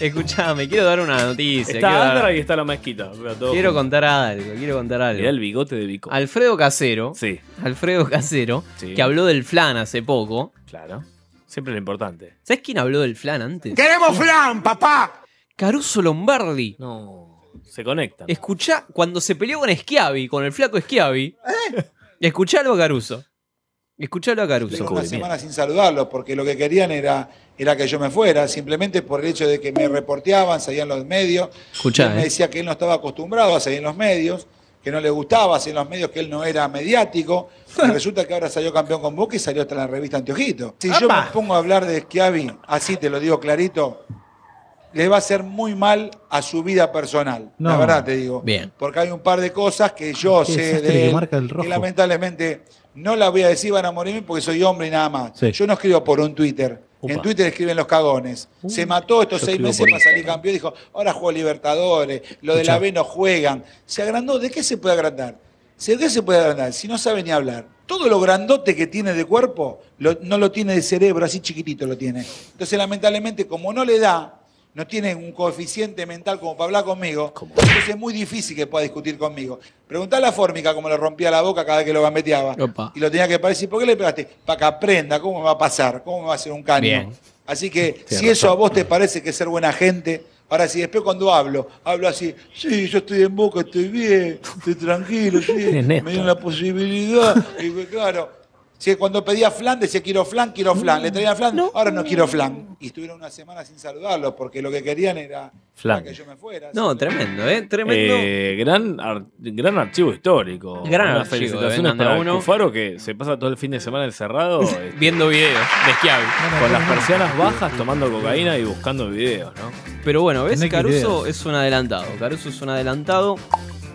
A: Escuchame, quiero dar una noticia.
C: Está
A: quiero dar-
C: Andra y está la mezquita. Mira, todo
A: Quiero
C: junto.
A: contar algo, quiero contar algo.
C: Mirá el bigote de Vico.
A: Alfredo Casero.
C: Sí.
A: Alfredo Casero,
C: Sí.
A: que habló del flan hace poco.
C: Claro. Siempre lo importante.
A: ¿Sabes quién habló del flan antes?
C: ¡Queremos
A: flan, papá! Caruso Lombardi.
C: No. Se conectan.
A: Escuchá, cuando se peleó con Schiavi, con el flaco Schiavi.
C: ¿Eh?
A: Escuchalo a Caruso. Escuchalo a Caruso.
R: Una semana sin saludarlos, porque lo que querían era, era que yo me fuera, simplemente por el hecho de que me reporteaban, salían los medios.
A: Escuchá,
R: Él me
A: eh.
R: decía que él no estaba acostumbrado a salir en los medios, que no le gustaba salir en los medios, que él no era mediático.
B: (laughs)
R: Y resulta que ahora salió campeón con Boca y salió hasta en la revista Anteojito. Si yo me pongo a hablar de Schiavi, así te lo digo clarito, le va a hacer muy mal a su vida personal. La
B: No.
R: verdad te digo.
A: Bien.
R: Porque hay un par de cosas que yo
B: Qué
R: sé
B: desastre
R: de
B: que
R: él,
B: marca el
R: que
B: rojo.
R: lamentablemente no la voy a decir, van a morirme porque soy hombre y nada más.
B: Sí.
R: Yo no escribo por un Twitter. En
B: Upa. Uh,
R: Twitter escriben los cagones. Se mató estos
B: yo
R: seis
B: escribo
R: meses
B: por
R: para salir campeón. Dijo, ahora juego Libertadores, lo de la
B: Escuchá.
R: B no juegan. Se agrandó. ¿De qué se puede agrandar? ¿De qué se puede agrandar? Si no sabe ni hablar. Todo lo grandote que tiene de cuerpo, lo- no lo tiene de cerebro, así chiquitito lo tiene. Entonces, lamentablemente, como no le da, no tiene un coeficiente mental como para hablar conmigo, entonces es muy difícil que pueda discutir conmigo. Preguntale a Fórmica cómo le rompía la boca cada vez que lo gambeteaba.
A: Opa.
R: Y lo tenía que parar y decir, ¿por qué le pegaste? Para que aprenda, ¿cómo me va a pasar? ¿Cómo me va a hacer un caño?
A: Bien.
R: Así que
A: Tienes
R: si eso a vos te parece que es ser buena gente, ahora sí, después cuando hablo, hablo así, sí, yo estoy en boca, estoy bien, estoy tranquilo, sí, me dieron la posibilidad, y pues, claro. Si cuando pedía flan decía quiero flan, quiero flan. Le traían flan, ahora no quiero flan. Y estuvieron una semana sin saludarlos porque lo que querían era
C: Flan.
R: que yo me fuera.
A: No, tremendo, ¿eh? Tremendo.
C: Eh, gran, ar- gran archivo histórico.
A: Gran archivo
C: Unas
A: de
C: felicitaciones
A: Venanda
C: para
A: Uno.
C: Cufaro que se pasa todo el fin de
A: (laughs)
C: semana encerrado eh,
A: Viendo videos de Schiavi.
C: con las persianas bajas tomando cocaína y buscando videos, ¿no?
A: Pero bueno, ¿ves?
C: Tenés que
A: Caruso
C: ideas.
A: es un adelantado. Caruso es un adelantado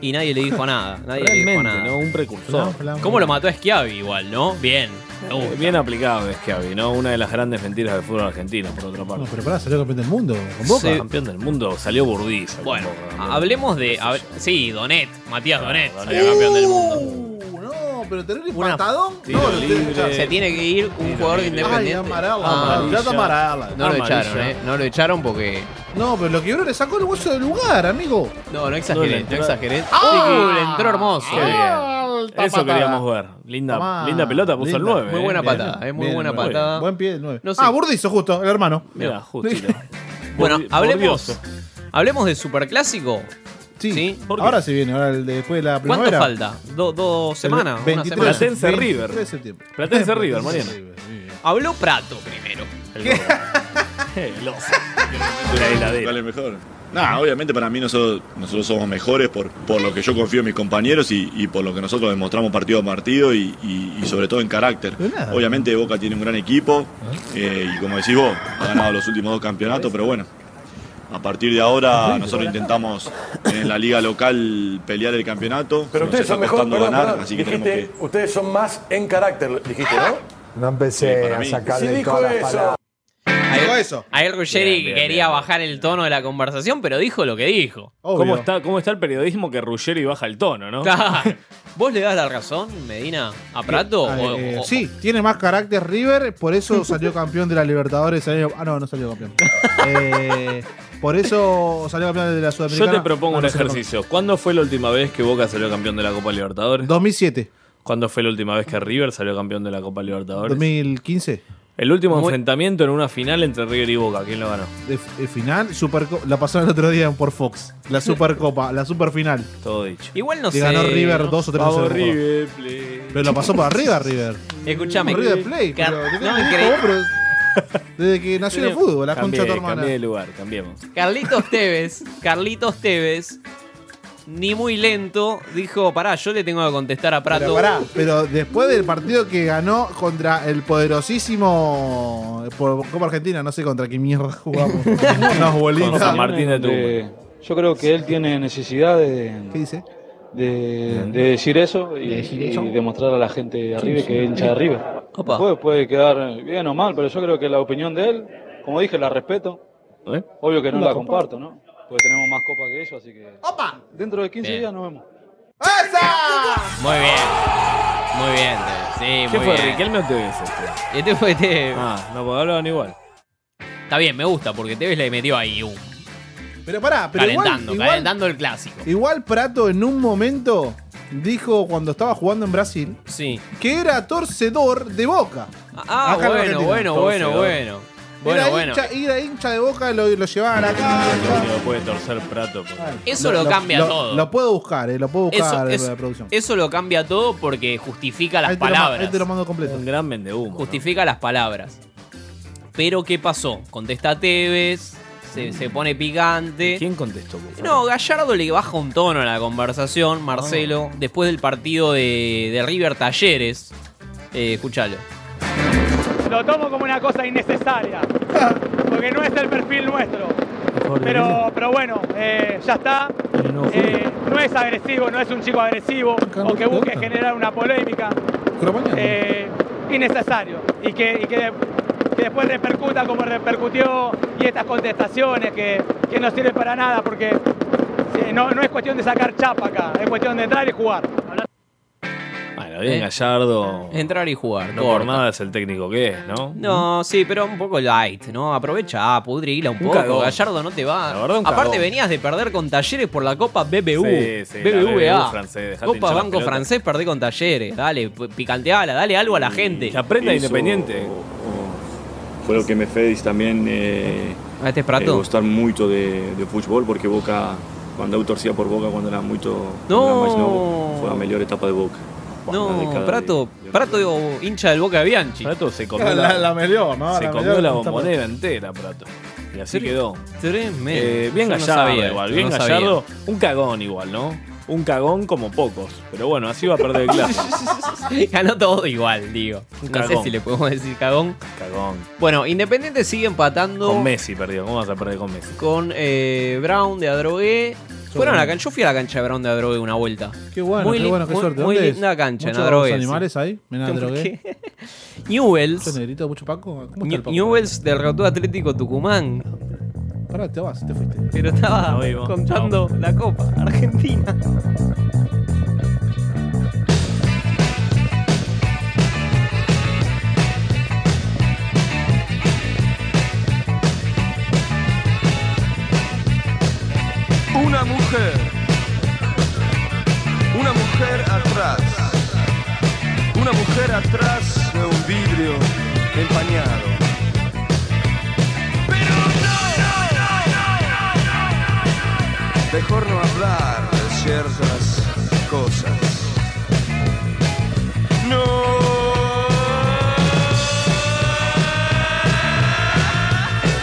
A: y nadie le dijo nada. Nadie le dijo
C: Realmente,
A: nada.
C: ¿no? Un precursor. Flan, flan,
A: ¿Cómo lo mató a Schiavi igual, no? Bien. me gusta.
C: Bien aplicado es Schiavi, ¿no? Una de las grandes mentiras del fútbol argentino, por otra parte.
B: No, pero pará, salió campeón del mundo. Con Boca.
C: Sí. Campeón del mundo, salió Burdiza.
A: Bueno, hablemos de. hab-
C: Ah,
A: sí, Donet. Matías Donet.
C: Donet.
A: salió campeón del mundo.
B: Uh. No, pero tener un
A: Una-
B: patadón.
A: Tiro
B: No, lo tiene que
A: libre.
B: echar.
A: Eh, Se tiene que ir un jugador de
B: Ay,
A: independiente.
B: amarela.
A: Ah,
B: plata amarela.
A: No lo echaron, ¿eh? No lo echaron porque.
B: No, pero lo que yo le sacó el hueso del lugar, amigo.
A: No, no
C: No le
A: exageré, no,
C: entró.
A: exageré.
B: ¡Ah!
A: Sí, que le entró hermoso.
B: Qué bien. Alta
C: Eso
B: patada.
C: queríamos ver. Linda,
B: Tomá.
C: linda pelota puso el
B: Linda.
C: 9.
A: Muy buena patada, eh, muy buena patada.
B: Buen pie del 9.
A: No sé.
B: Ah, Burdizo, justo, el hermano.
C: Mira, justito. (laughs)
A: Bueno,
C: Bordi-
A: hablemos.
C: bordioso.
A: Hablemos de Superclásico.
B: Sí.
C: ¿Por qué?
B: Ahora sí viene, ahora el de- después de la
A: ¿Cuánto
B: primavera.
A: falta? ¿Dos semanas? ¿Una
B: 23.
A: semana?
C: Platense River.
B: 23 de septiembre.
C: Platense River, Mariano.
A: Habló Prato primero.
C: (laughs) El oso.
S: Dale mejor. Nah, obviamente para mí nosotros, nosotros somos mejores por, por lo que yo confío en mis compañeros y, y por lo que nosotros demostramos partido a partido y, y- y sobre todo en carácter. Obviamente Boca tiene un gran equipo
T: Ah.
S: eh, y como decís vos, ha ganado los últimos dos campeonatos, pero bueno, a partir de ahora nosotros intentamos en la liga local pelear el campeonato.
J: Pero
S: Nos
J: ustedes
S: está
J: son mejor,
S: costando
J: perdón,
S: ganar,
J: perdón.
S: así que tenemos
J: Dijiste, ustedes son más en carácter, dijiste, ¿no? No empecé
S: para
J: a
S: mí.
J: sacarle
S: Sí, dijo
J: todas las
S: eso.
J: palabras.
A: Dijo
B: eso.
A: Ahí Ruggeri
C: Bien, bien,
A: quería bajar el tono de la conversación, pero dijo lo que dijo.
C: ¿Cómo está, ¿Cómo está el periodismo que Ruggeri baja el tono, no?
A: Claro. ¿Vos le das la razón, Medina, a
C: Oh,
A: Prato?
B: Ah,
A: O-
B: eh,
A: o-
B: sí, tiene más carácter River, por eso (laughs) salió campeón de la Libertadores. el año- ah, no, no salió campeón. Eh, por eso salió campeón de la
C: Yo
B: Sudamericana.
C: te propongo
B: No,
C: un
B: no salió
C: ejercicio. ¿Cuándo fue la última vez que Boca salió campeón de la Copa Libertadores?
B: 2007.
C: ¿Cuándo fue la última vez que River salió campeón de la Copa Libertadores?
B: campeón. 2015.
C: El último
B: Muy-
C: enfrentamiento en una final entre River y Boca. ¿Quién lo ganó?
B: De, de final, Superco- la pasaron el otro día por Fox. La Supercopa, la Superfinal.
C: Todo dicho.
A: Igual no
B: Le
A: sé.
B: ganó River 2 o 3
C: Vamos,
B: River, Pero lo pasó para arriba, River.
A: Escuchame.
B: River Play.
A: Car-
B: pero-
A: no,
B: dijo
A: increíble.
B: vos,
A: (laughs)
B: pero desde que nació el fútbol, la
C: Cambié,
B: concha de tu hermana.
C: cambié de lugar, cambiemos.
A: Carlitos Tevez, Carlitos Tevez, ni muy lento, dijo, pará, yo le tengo que contestar a Prato.
B: Pero, pará, pero después del partido que ganó contra el poderosísimo por Copa Argentina, no sé contra qué
A: (laughs)
B: mierda jugamos. Unos bolitas.
C: Con San Martín de
T: Eh, yo creo que él tiene necesidad de, de, de decir eso y, y demostrar a la gente de arriba que es hincha de River. Puede, puede quedar bien o mal, pero yo creo que la opinión de él, como dije, la respeto. Obvio que no
U: La
T: la comparto, ¿no? Porque tenemos más copa que ellos, así que dentro de 15
A: Bien.
T: días nos vemos.
A: Muy bien. Muy bien, Tevez. Sí,
C: ¿Qué
A: muy
C: fue,
A: bien.
C: Riquelme o Tevez? este?
A: Este fue Tevez.
C: Ah, no, porque hablaban igual.
A: Está bien, me gusta, porque Tevez le metió ahí un...
B: Pero pará, pero igual-
A: calentando,
B: igual,
A: calentando el clásico.
B: Igual Prato en un momento dijo cuando estaba jugando en Brasil
A: Sí.
B: que era torcedor de Boca.
A: Ah,
B: Acá en
A: bueno,
B: Argentina.
A: bueno, bueno,
C: Torcedor.
A: bueno. Bueno,
B: era,
A: bueno.
B: Hincha, era hincha de Boca, lo, lo llevaban a la cancha.
C: Lo puede torcer Prato. porque-
B: Ah,
A: Eso lo, cambia todo.
B: Lo puedo buscar, eh, lo puedo buscar
A: eso,
B: de
A: eso-
B: la producción.
A: eso lo cambia todo porque justifica las
B: Ahí te lo ma-
A: palabras.
B: ahí te lo mando completo.
C: Un gran vendehumo.
A: Justifica las palabras. Pero ¿qué pasó? Contesta Tevez, se, se pone picante.
C: ¿Quién contestó?
A: No, Gallardo le baja un tono a la conversación, Marcelo, después del partido de, de River Talleres. Eh, escúchalo.
V: Lo tomo como una cosa innecesaria, porque no es el perfil nuestro. Pero, pero bueno, eh, ya está. Eh, no es agresivo, no es un chico agresivo o que busque generar una polémica. Eh, innecesario. Y que, y que- que después repercuta como repercutió y estas contestaciones que, que no sirven para nada porque eh, no, no es cuestión de sacar chapa acá, es cuestión de entrar y jugar.
C: Bueno, bien
A: Eh.
C: Gallardo.
A: Entrar y jugar.
C: No
A: corta.
C: por nada es el técnico que es, ¿no?
A: No, sí, pero un poco light, ¿no? Aprovecha, pudrila un
C: Un
A: poco.
C: cagón.
A: Gallardo no te va.
C: La verdad, un
A: Aparte,
C: cagón.
A: venías de perder con Talleres por la Copa BBU.
C: Sí, sí, la
A: BBVA.
C: BBU francés, dejate hinchar
A: Copa
C: las
A: Banco
C: pelotas.
A: Francés, perdé con Talleres. Dale, p- picanteala, dale algo a la gente. Que
C: aprenda
S: Eso- Fue lo que me fez también eh,
A: A este prato.
S: eh, gustar mucho de, de fútbol porque Boca, cuando eu torcía por Boca cuando era muy
A: No.
S: fue la mejor etapa de Boca.
A: No, Prato, Prato hincha del Boca de Bianchi. Prato
C: se
B: (laughs) La, la, la melió, ¿no?
C: Se
B: la
C: comió
B: melió
C: la
B: está-
C: bombonera entera, Prato. Y así quedó.
A: Tremendo.
C: Eh, bien
A: Yo no
C: gallardo
A: sabía,
C: igual,
A: yo
C: bien
A: no sabía.
C: gallardo. Un cagón igual, ¿no? Un cagón como pocos. Pero bueno, así va a perder el clásico.
A: (laughs) Ganó todo igual, digo.
C: Un
A: No sé
C: cagón.
A: si le podemos decir cagón.
C: Cagón.
A: Bueno, Independiente sigue empatando
C: Con
A: con,
C: Messi perdió. ¿Cómo vas a perder con Messi?
A: eh, Brown de Adrogué. Fueron a la cancha. Yo fui a la cancha de Brown de Adrogué una vuelta.
B: Qué bueno,
A: Muy
B: qué
A: lin-
B: bueno, qué
A: muy-
B: suerte.
A: Muy
B: ¿Dónde es?
A: linda cancha en
B: ¿Muchos
A: Adrogué.
B: animales
A: sí.
B: ahí? Mirá,
A: ¿Por
B: Adrogué.
A: (laughs) qué? Newells.
B: ¿Mucho negrito, mucho Paco? ¿Cómo está
A: New-
B: el Paco?
A: Newells derrotó a Atlético Tucumán.
B: Pará, te vas, te fuiste.
A: Pero estaba contando la Copa Argentina.
M: Una mujer. Una mujer atrás. Una mujer atrás de un vidrio empañado. Pero no, no, no, no, no, no. Mejor no hablar de ciertas cosas. No.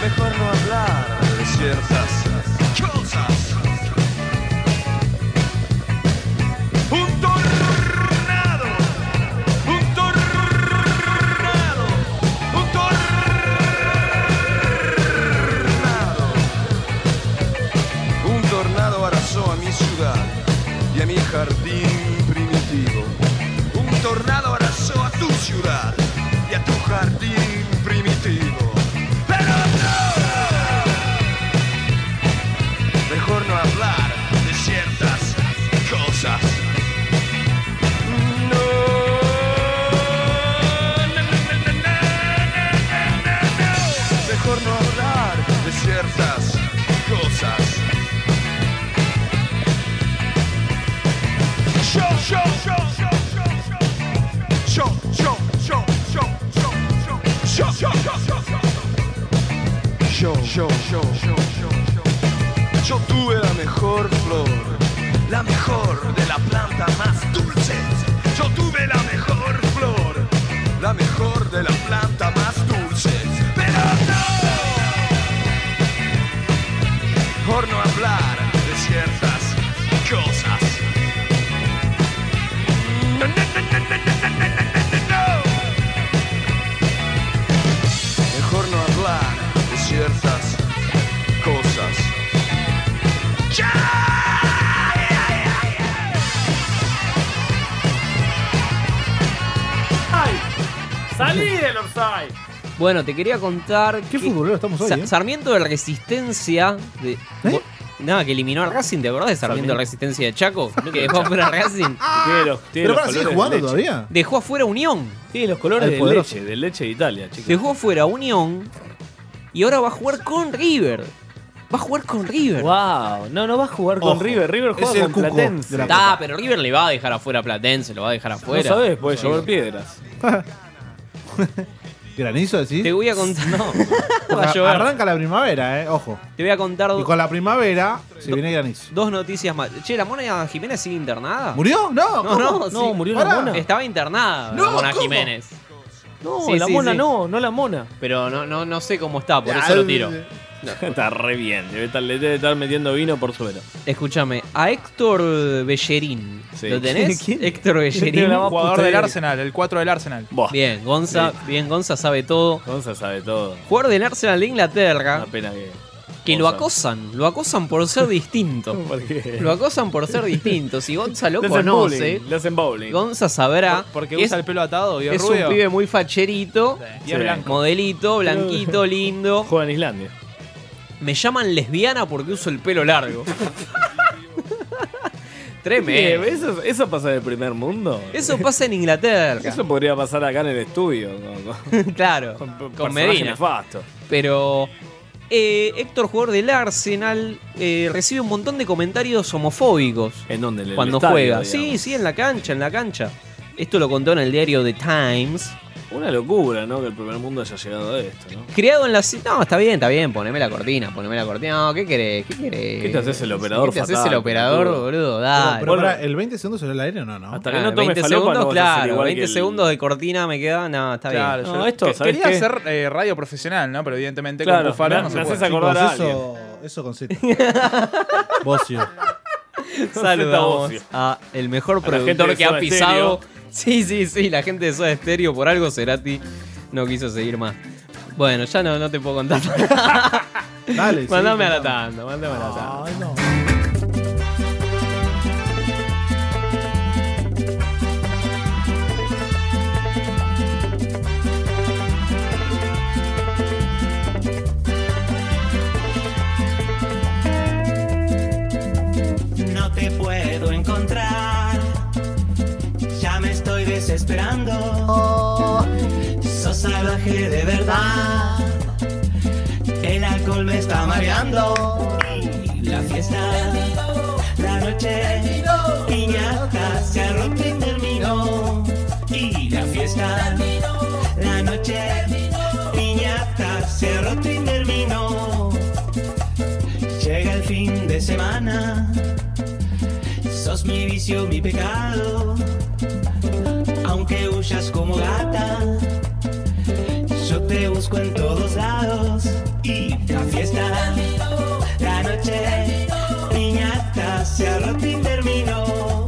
M: Mejor no hablar de ciertas cosas. Un tornado, un tornado, un tornado. Un tornado arrasó a mi ciudad y a mi jardín primitivo. Un tornado arrasó a tu ciudad y a tu jardín primitivo. Pero no, mejor no hablar de ciertas cosas. No, na, na, na, na, na, na, na, no. Mejor no hablar de ciertas cosas. Yo, yo, yo, yo, yo, yo, yo, yo, yo, yo, yo, yo, yo, yo, yo. Yo, yo, yo, yo, yo, yo. Yo tuve la mejor flor, la mejor de la planta más dulce. Yo tuve la mejor flor, la mejor de la planta más dulce. Pero no, por no hablar de ciertas cosas. No, no, no, no, no, no, no, no, no, no. Mejor no hablar de ciertas cosas.
C: ¡Salí del (laughs) offside!
A: Bueno, te quería contar. ¿Qué
B: futbolero estamos hoy, eh?
A: Sarmiento de Resistencia. De, Bo- Nada, que eliminó al Racing. ¿Te acordás de Sarmiento de Resistencia de
B: (laughs)
A: Chaco? Que dejó afuera a Racing.
B: Pero para, ¿sigue jugando todavía?
A: Dejó afuera a Unión.
C: Tiene los colores
A: Al
C: de
A: poderoso.
C: leche, de leche de Italia, chicos.
A: Dejó afuera a Unión. Y ahora va a jugar con River. Va a jugar con River.
C: Wow, no, no va a jugar con River. River juega con Platense.
A: Está, pero River le va a dejar afuera a Platense, lo va a dejar afuera.
C: No sabes, puede llover piedras.
B: ¿Granizo decís?
A: Te voy a contar. No. (laughs) va a
B: Porque
A: llover.
B: Arranca la primavera, eh, ojo.
A: Te voy a contar
B: Y
A: do-
B: con la primavera se viene granizo.
A: dos noticias más. Che, la Mona Jiménez sigue internada.
B: ¿Murió? No,
A: No,
B: ¿cómo?
A: no,
B: No,
A: sí. Este,
B: murió la
A: Pará.
B: Mona.
A: Estaba internada la
B: No,
A: Mona
B: ¿cómo?
A: Jiménez.
C: No,
A: Sí,
C: la
A: sí,
C: mona
A: sí.
C: no, no la mona.
A: Pero no, no, no sé cómo está, por eso lo tiro.
C: (laughs) Está re bien, debe estar, le debe estar metiendo vino por suelo.
A: Escúchame, a Héctor Bellerín. ¿Lo tenés?
C: ¿Quién?
A: Héctor Bellerín.
F: Un jugador del Arsenal, el 4 del Arsenal.
A: Bien, Gonza,
F: Sí.
A: bien, Gonza sabe todo.
C: Gonza sabe todo.
A: Jugador del Arsenal de Inglaterra.
C: Una pena que.
A: Ah. Que lo acosan, lo acosan por ser distinto.
C: ¿Por qué?
A: Lo acosan por
F: (laughs)
A: ser distinto. Si Gonza lo
C: Le hacen
A: conoce,
C: bowling, Le hacen bowling.
A: Gonza sabrá.
F: Porque
A: que
F: usa el pelo atado y es,
A: es
F: rubio.
A: un pibe muy facherito.
F: Y es blanco.
A: Modelito,
F: (laughs)
A: blanquito, lindo.
C: Juega en Islandia.
A: Me llaman lesbiana porque uso el pelo
F: (laughs)
A: largo. Tremendo.
C: Bien, ¿Eso, eso pasa en el primer mundo.
A: Eso pasa en Inglaterra.
C: Eso podría pasar acá en el estudio. Con,
A: (laughs) claro,
C: con,
A: con
C: personaje
A: Medina.
C: nefasto.
A: Pero eh, Héctor, jugador del Arsenal, eh, recibe un montón de comentarios homofóbicos
C: ¿En dónde? En el
A: cuando
C: estadio,
A: juega.
C: digamos.
A: Sí, sí, en la cancha, en la cancha. Esto lo contó en el diario The Times.
C: Una locura, ¿no? Que el primer mundo haya llegado a esto, ¿no?
A: Criado en la. ci- No, está bien, está bien. Poneme la cortina, poneme la cortina. No, ¿qué querés? ¿Qué querés?
C: ¿Qué te haces el operador
A: ¿Qué te haces
C: fatal,
A: el operador,
C: boludo?
A: boludo? Dale.
B: Pero, pará, ¿El 20 segundos salió al aire o no? no?
C: Hasta
A: Ah, 20 segundos, claro. 20
C: (laughs)
A: segundos de cortina me queda. No, está
F: Claro,
A: bien.
F: yo- que- quería hacer eh, radio profesional, ¿no? Pero evidentemente
A: Claro,
F: con Bufalo
A: me-
F: no se
A: me
F: puede.
A: haces acordar a
B: Chicos, eso, eso con Z. Bocio.
A: Saludamos a el mejor
B: A la gente
A: productor
B: de
A: que ha
B: Soda
A: pisado.
B: Stereo.
A: Sí, sí, sí, la gente de Soda Stereo por algo Cerati no quiso seguir más. Bueno, ya no, no te puedo contar.
B: (laughs)
A: (laughs)
B: Dale,
A: Mandame
B: sí,
A: a la tanda, mandame a la tanda.
W: No te puedo encontrar. Ya me estoy desesperando. Sos salvaje de verdad. El alcohol me está mareando. La fiesta, la noche, piñata se arrojó y terminó. Y la fiesta, la noche, piñata se arrojó y terminó. Llega el fin de semana, sos mi vicio, mi pecado. Aunque huyas como gata, yo te busco en todos lados. Y la fiesta, la noche, piñata se ha roto y terminó.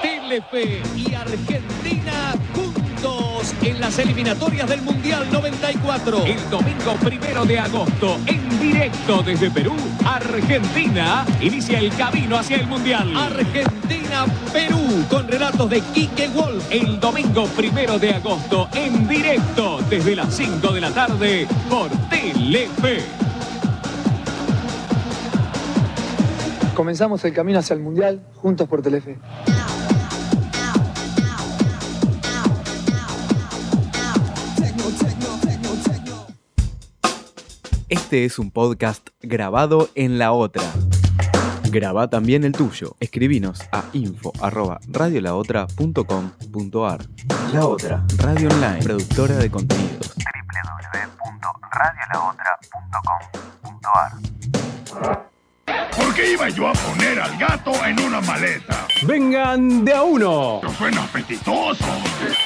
U: Telefe y Argentina juntos en las eliminatorias del Mundial 94. El domingo primero de agosto, en directo desde Perú, Argentina inicia el camino hacia el Mundial. Argentina-Perú con relatos de Quique Wolf. El domingo primero de agosto, en directo desde las 5 de la tarde por Telefe.
X: Comenzamos el camino hacia el Mundial juntos por Telefe.
E: Este es un podcast grabado en la otra. Graba también el tuyo. Escribinos a info.radiolaotra.com.ar La Otra, Radio Online, productora de contenidos.
Y: ¿Por qué iba yo a poner al gato en una maleta?
Z: Vengan de a uno.
Y: Suena apetitoso.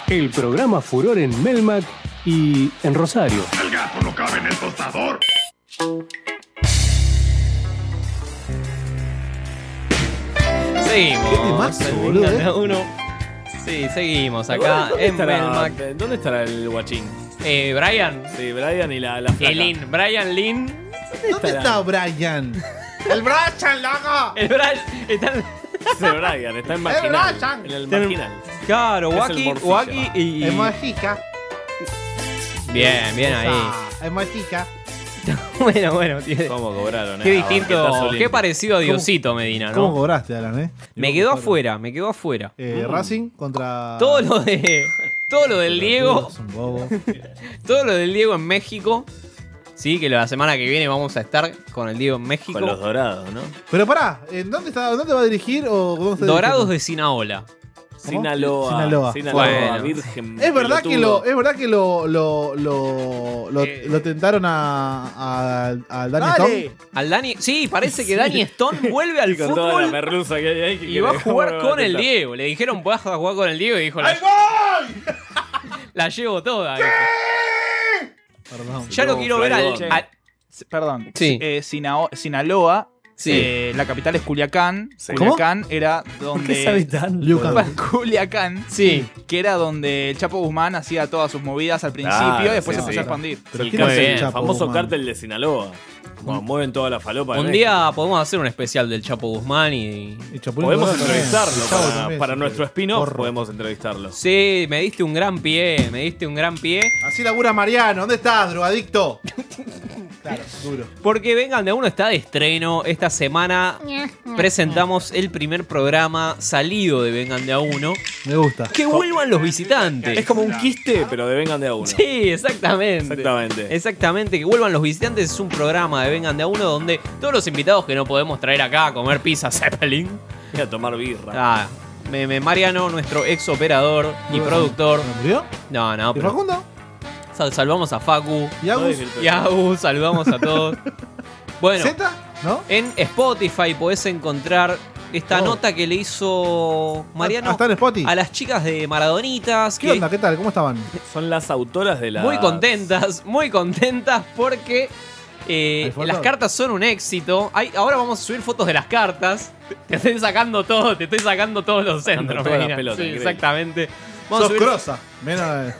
Z: El programa Furor en Melmac y en Rosario.
Y: El gato no cabe en el tostador.
A: Seguimos.
B: Qué temazo,
A: Terminan
B: boludo, eh.
A: a uno. Sí, seguimos acá
C: ¿Dónde
A: en
C: estará-
A: Belmac.
C: ¿Dónde estará el guachín?
A: Eh, Brian.
C: Sí, Brian y la, la flaca.
A: Y Lin, Brian Lin.
B: ¿Dónde está Brian?
G: ¡El Brachan, loco!
A: El Brian está en.
C: Sí, (laughs) Brian, está
B: Eh,
C: en marginal. En el marginal.
A: Claro,
C: Es el
A: Waki,
C: morcilla.
A: Waki y.
B: Es mágica.
A: Bien, bien ahí.
B: Es mágica.
A: (laughs) Bueno, bueno, tío.
C: ¿Cómo cobraron? eh?
A: Qué
C: Abarquetazo
A: distinto,
C: lindo.
A: qué parecido a
B: ¿Cómo-
A: Diosito Medina,
B: ¿Cómo
A: ¿no?
B: cobraste, Alan, eh?
A: Me quedó afuera, me quedó afuera.
B: Eh,
A: Mm.
B: Racing contra.
C: Ah.
A: Todo lo de. Todo lo del Diego.
B: Es un bobo.
A: Todo lo del Diego en México. Sí, que la semana que viene vamos a estar con el Diego en México.
C: Con los dorados, ¿no?
B: Pero pará, ¿en dónde, está, ¿dónde va a dirigir o dónde está
A: Dorados de Sinaola.
B: Sinaloa.
C: Sinaloa.
A: Bueno.
C: Virgen.
B: Es verdad que
C: pelotudo.
B: lo, es verdad que lo, lo, lo, lo,
A: Eh.
B: lo tentaron a, a, al Danny Stone.
A: Al Dani. Sí, parece que
B: Sí.
A: Dani Stone vuelve al
C: Y (laughs) con toda la
A: fútbol
C: merluza que hay ahí. que
A: y va a
C: querés,
A: jugar
C: bueno,
A: con
C: te
A: el
C: está-
A: Diego. Le dijeron, vas a jugar con el Diego. Y dijo, la, (laughs) la llevo toda. dijo.
B: Perdón.
A: Ya lo quiero ver al,
C: Ah,
A: al-
F: S- Perdón.
A: Sí.
F: Eh, Sinao- Sinaloa.
A: Sí.
F: eh, la capital es Culiacán.
A: ¿Cómo?
F: Culiacán era donde.
A: qué sabe tan?
B: Culiacán.
F: Culiacán.
A: Sí.
F: Que era donde el Chapo Guzmán hacía todas sus movidas al principio
C: Claro,
F: y después
C: sí,
F: empezó
C: sí.
F: a expandir.
C: Pero el
F: ¿quién
C: cártel,
F: es el
C: el
F: Chapo
C: famoso
F: Guzmán?
C: cártel de Sinaloa. Cuando mueven toda la falopa. en
A: Un
C: México.
A: día podemos hacer un especial del Chapo Guzmán y.
C: Podemos entrevistarlo.
A: Chavo
C: Para,
A: también,
C: para
A: sí.
C: nuestro spin-off podemos entrevistarlo.
A: Sí, me diste un gran pie, me diste un gran pie.
B: Así labura Mariano, ¿dónde
A: (laughs)
B: estás, drogadicto? claro, duro.
A: Porque vengan de uno está de estreno. Esta semana presentamos el primer programa salido de Vengan de a uno.
B: Me gusta.
A: Que vuelvan los visitantes.
C: Es como un quiste, pero de vengan de a uno.
A: Sí, exactamente.
C: Exactamente.
A: Exactamente, que vuelvan los visitantes es un programa de Vengan de a uno donde todos los invitados que no podemos traer acá a comer pizza Zeppelin
C: Y a tomar birra.
A: ah, Me- me- Mariano, nuestro ex operador y
B: ¿No?
A: productor.
B: murió?
A: No, no.
B: ¿Y
A: pero-
B: Facundo?
A: Sal- salvamos a Facu.
B: ¿Y Agus?
A: Y Agus, saludamos a
C: (laughs)
A: todos. Bueno.
B: ¿No?
A: En Spotify podés encontrar
B: Oh.
A: esta nota que le hizo Mariano
B: Ah, ¿Está en Spotify?
A: a las chicas de Maradonitas.
B: ¿Qué
A: que
B: onda? ¿Qué tal? ¿Cómo estaban?
C: Son las autoras de la.
A: Muy contentas, muy contentas porque eh,
C: ¿Hay fotos?
A: las cartas son un éxito. Hay- ahora vamos a subir fotos de las cartas. Te estoy sacando todo, te estoy sacando todos los
C: Sacando
A: centros.
C: todas las
A: Medina.
C: pelotas,
A: Sí,
C: increíble.
A: exactamente.
B: Sos
A: a subir-
B: grosa. Menos.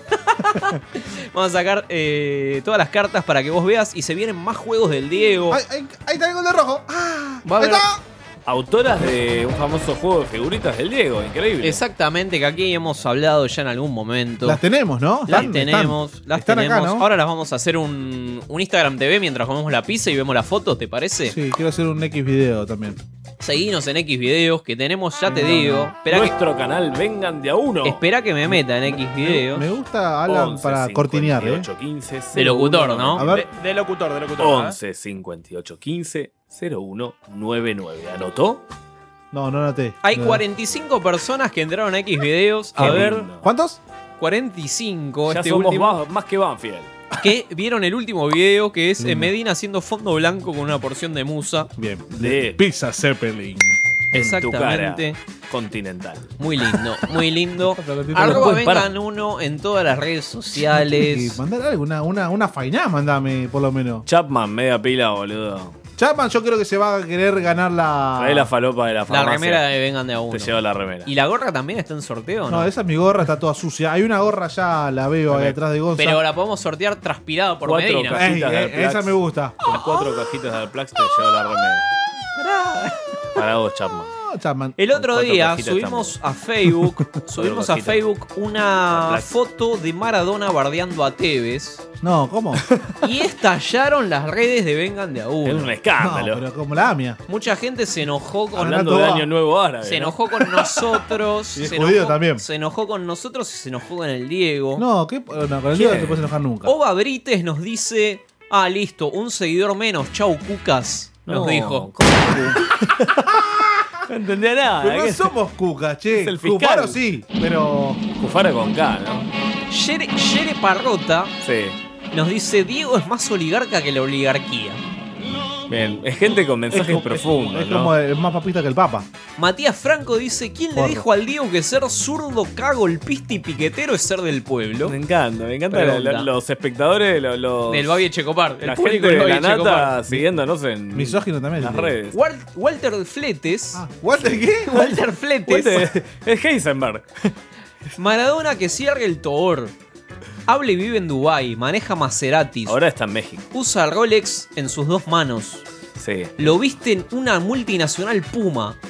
A: Vamos a sacar eh, todas las cartas para que vos veas y se vienen más juegos del Diego.
B: Ay, ay, ahí está el gol de rojo. ¡Ah!
A: Oh. Va a
B: ahí
A: haber-
B: está.
C: Autoras de un famoso juego de figuritas del Diego, increíble.
A: Exactamente, que aquí hemos hablado ya en algún momento.
B: Las tenemos, ¿no?
A: Las
B: Están-
A: tenemos,
B: están-
A: las
B: están acá,
A: tenemos.
B: ¿no?
A: Ahora las vamos a hacer un, un Instagram TV mientras comemos la pizza y vemos las fotos, ¿te parece?
B: Sí, quiero hacer un X video también.
A: Seguinos en X videos que tenemos, ya te digo.
C: Nuestro canal, vengan de a uno.
A: Espera que me meta en X videos.
B: Me gusta Alan para cortinear, ¿eh?
C: 15,
A: De locutor, ¿no?
B: A ver.
F: De, de locutor, de locutor. ¿verdad?
C: 11 58 15 01 99. ¿Anotó?
B: No, no noté.
A: Hay
B: No.
A: 45 personas que entraron a X videos. Eh, A
C: Qué
A: ver,
B: ¿Cuántos?
A: 45
C: Ya
A: este
C: somos
A: último.
C: más, más que Banfield.
A: Que vieron el último video que es eh, Medina haciendo fondo blanco con una porción de musa.
B: Bien.
C: De
B: Pizza Zeppelin.
C: En tu cara,
A: Exactamente.
C: continental.
A: Muy lindo, muy
B: (laughs)
A: lindo.
B: platita. No
A: Arroba
B: pueden parar.
A: vengan uno en todas las redes
B: Sí,
A: sociales.
B: mandar algo, una, una, una fainá, mandame, por lo menos.
C: Chapman, media pila, boludo.
B: Chapman, yo creo que se va a querer ganar la.
C: Trae la falopa de la
A: Ah. La
C: farmacia.
A: remera de Vengan de a uno.
C: Te lleva la remera.
A: ¿Y la gorra también está en sorteo o no?
B: No, esa es mi gorra, está toda sucia. Hay una gorra ya, la veo ahí atrás de Gonza.
A: Pero la podemos sortear transpirado por
C: Cuatro
A: Medina.
B: Ey,
C: cajitas de
B: eh,
C: Alplax.
B: esa me gusta.
C: Con cuatro cajitas de Alplax te lleva la remera. Para vos, Chapman.
B: No, Oh, Chapman.
A: El otro
C: Cuatro
A: día
C: cajitas
A: subimos a
C: (laughs)
A: Facebook, subimos a
C: cajitas.
A: Facebook una
C: Las placas.
A: foto de Maradona bardeando a Tevez
B: No,
C: (laughs)
B: ¿cómo?
A: y estallaron las redes de Vengan de a
C: Es
A: uno.
C: un
B: No,
C: escándalo.
B: pero como la AMIA.
A: Mucha gente se enojó con
C: Hablando de Año Nuevo Árabe.
A: se
C: ¿no?
A: enojó
C: (laughs)
A: con nosotros,
B: Y de
A: se
B: judío
A: enojó,
B: también.
A: se enojó con nosotros y se enojó con el Diego.
B: No, ¿qué? No, con el Diego no te puedes enojar
C: Oh,
B: nunca.
A: Oba Brites nos dice, ah, listo, un seguidor menos, chau cucas, nos
B: No,
A: dijo.
C: No entendía nada.
B: Pero no
C: ¿qué?
B: somos cuca, che.
C: Es el fiscal.
B: Cufaro sí, pero.
C: Cufaro con K, ¿no?
A: Yere, Yere Parrota
C: Sí.
A: nos dice, Diego es más oligarca que la oligarquía.
C: Bien, es gente con mensajes
B: como-
C: profundos,
B: Es
C: ¿no?
B: como el más papista que el Papa.
A: Matías Franco dice, ¿quién le
B: Porro.
A: dijo al Diego que ser zurdo, cago, golpista y piquetero es ser del pueblo?
C: Me encanta, me encanta
A: Pregunta.
C: lo- los espectadores, lo- los,
A: Del Babi Checopar.
C: la gente de la nata siguiéndonos en
B: Misógino también.
C: las
B: el Diego.
C: redes.
A: Walter Fletes.
C: Ah,
B: ¿Walter Ah,
C: (laughs)
B: qué?
A: (laughs) Walter Fletes.
C: Walter- (laughs) es Heisenberg.
A: (laughs) Maradona que cierre el Tobor. Habla y vive en Dubai, maneja Maseratis.
C: Ahora está en México.
A: Usa Rolex en sus dos manos.
C: Sí.
A: Lo viste en una multinacional Puma.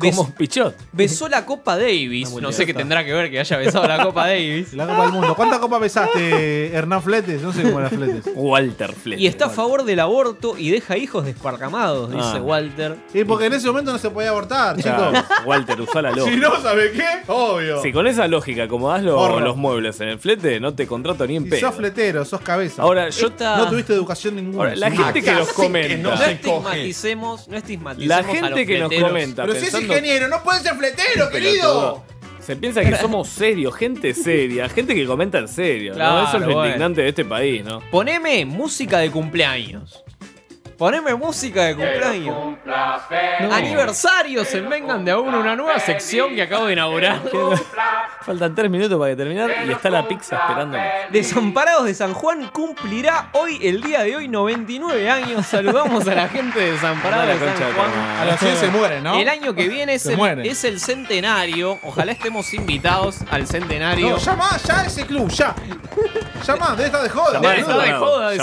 A: Bes-
C: Como Pichot.
A: besó la Copa Davis. No sé qué tendrá que ver que haya besado la Copa
C: (laughs)
A: Davis.
B: La Copa del Mundo. ¿Cuántas copas besaste, Hernán Fletes? No sé cómo era Fletes.
C: Walter Fletcher.
A: Y está a favor del aborto y deja hijos desparcamados, dice
C: Ah.
A: Walter.
B: Y porque en ese momento no se podía abortar, chicos.
C: Ah, Walter, usá la
B: Si
C: lógica.
B: no, ¿sabe qué? Obvio.
C: Si con esa lógica acomodás lo-
B: Porro.
C: los muebles en el flete, no te contrato ni en
B: Si Este,
C: pedo.
B: sos fletero, sos cabeza.
C: Ahora, yo
A: Esta-
B: No tuviste educación ninguna.
C: Ahora, la
B: seguro.
C: gente que nos comenta.
A: No, estigmaticemos, no estigmaticemos
C: La
A: a los
C: gente que nos
A: fleteros.
C: comenta
B: Pero si es
C: pensando-
B: ingeniero, no puede ser fletero, querido.
C: Se piensa que somos serios, gente seria, gente que comenta en serio. ¿no?
A: Claro,
C: Eso es lo
A: bueno.
C: indignante de este país, ¿no?
A: Poneme música de cumpleaños. Poneme música de cumpleaños.
C: No.
A: Aniversarios en Vengan de a uno, una nueva sección que acabo de inaugurar.
C: Faltan tres minutos para que terminar y está la pizza esperándome.
A: Desamparados de San Juan cumplirá hoy, el día de hoy, 99 años. Saludamos a la gente de Desamparados
C: Anda
A: de
C: la concha
A: San
C: de tu
A: Juan.
C: madre.
B: A los 100 se mueren, ¿no?
A: El año que viene es
B: Se
A: el,
B: mueren.
A: es el centenario. Ojalá estemos invitados al centenario.
B: No, llama ya a ese club, ya. (laughs) Llama, debe estar de joda.
A: Debe estar de
B: boludo.
A: joda,
C: Llamá
A: Desamparados
C: a
A: de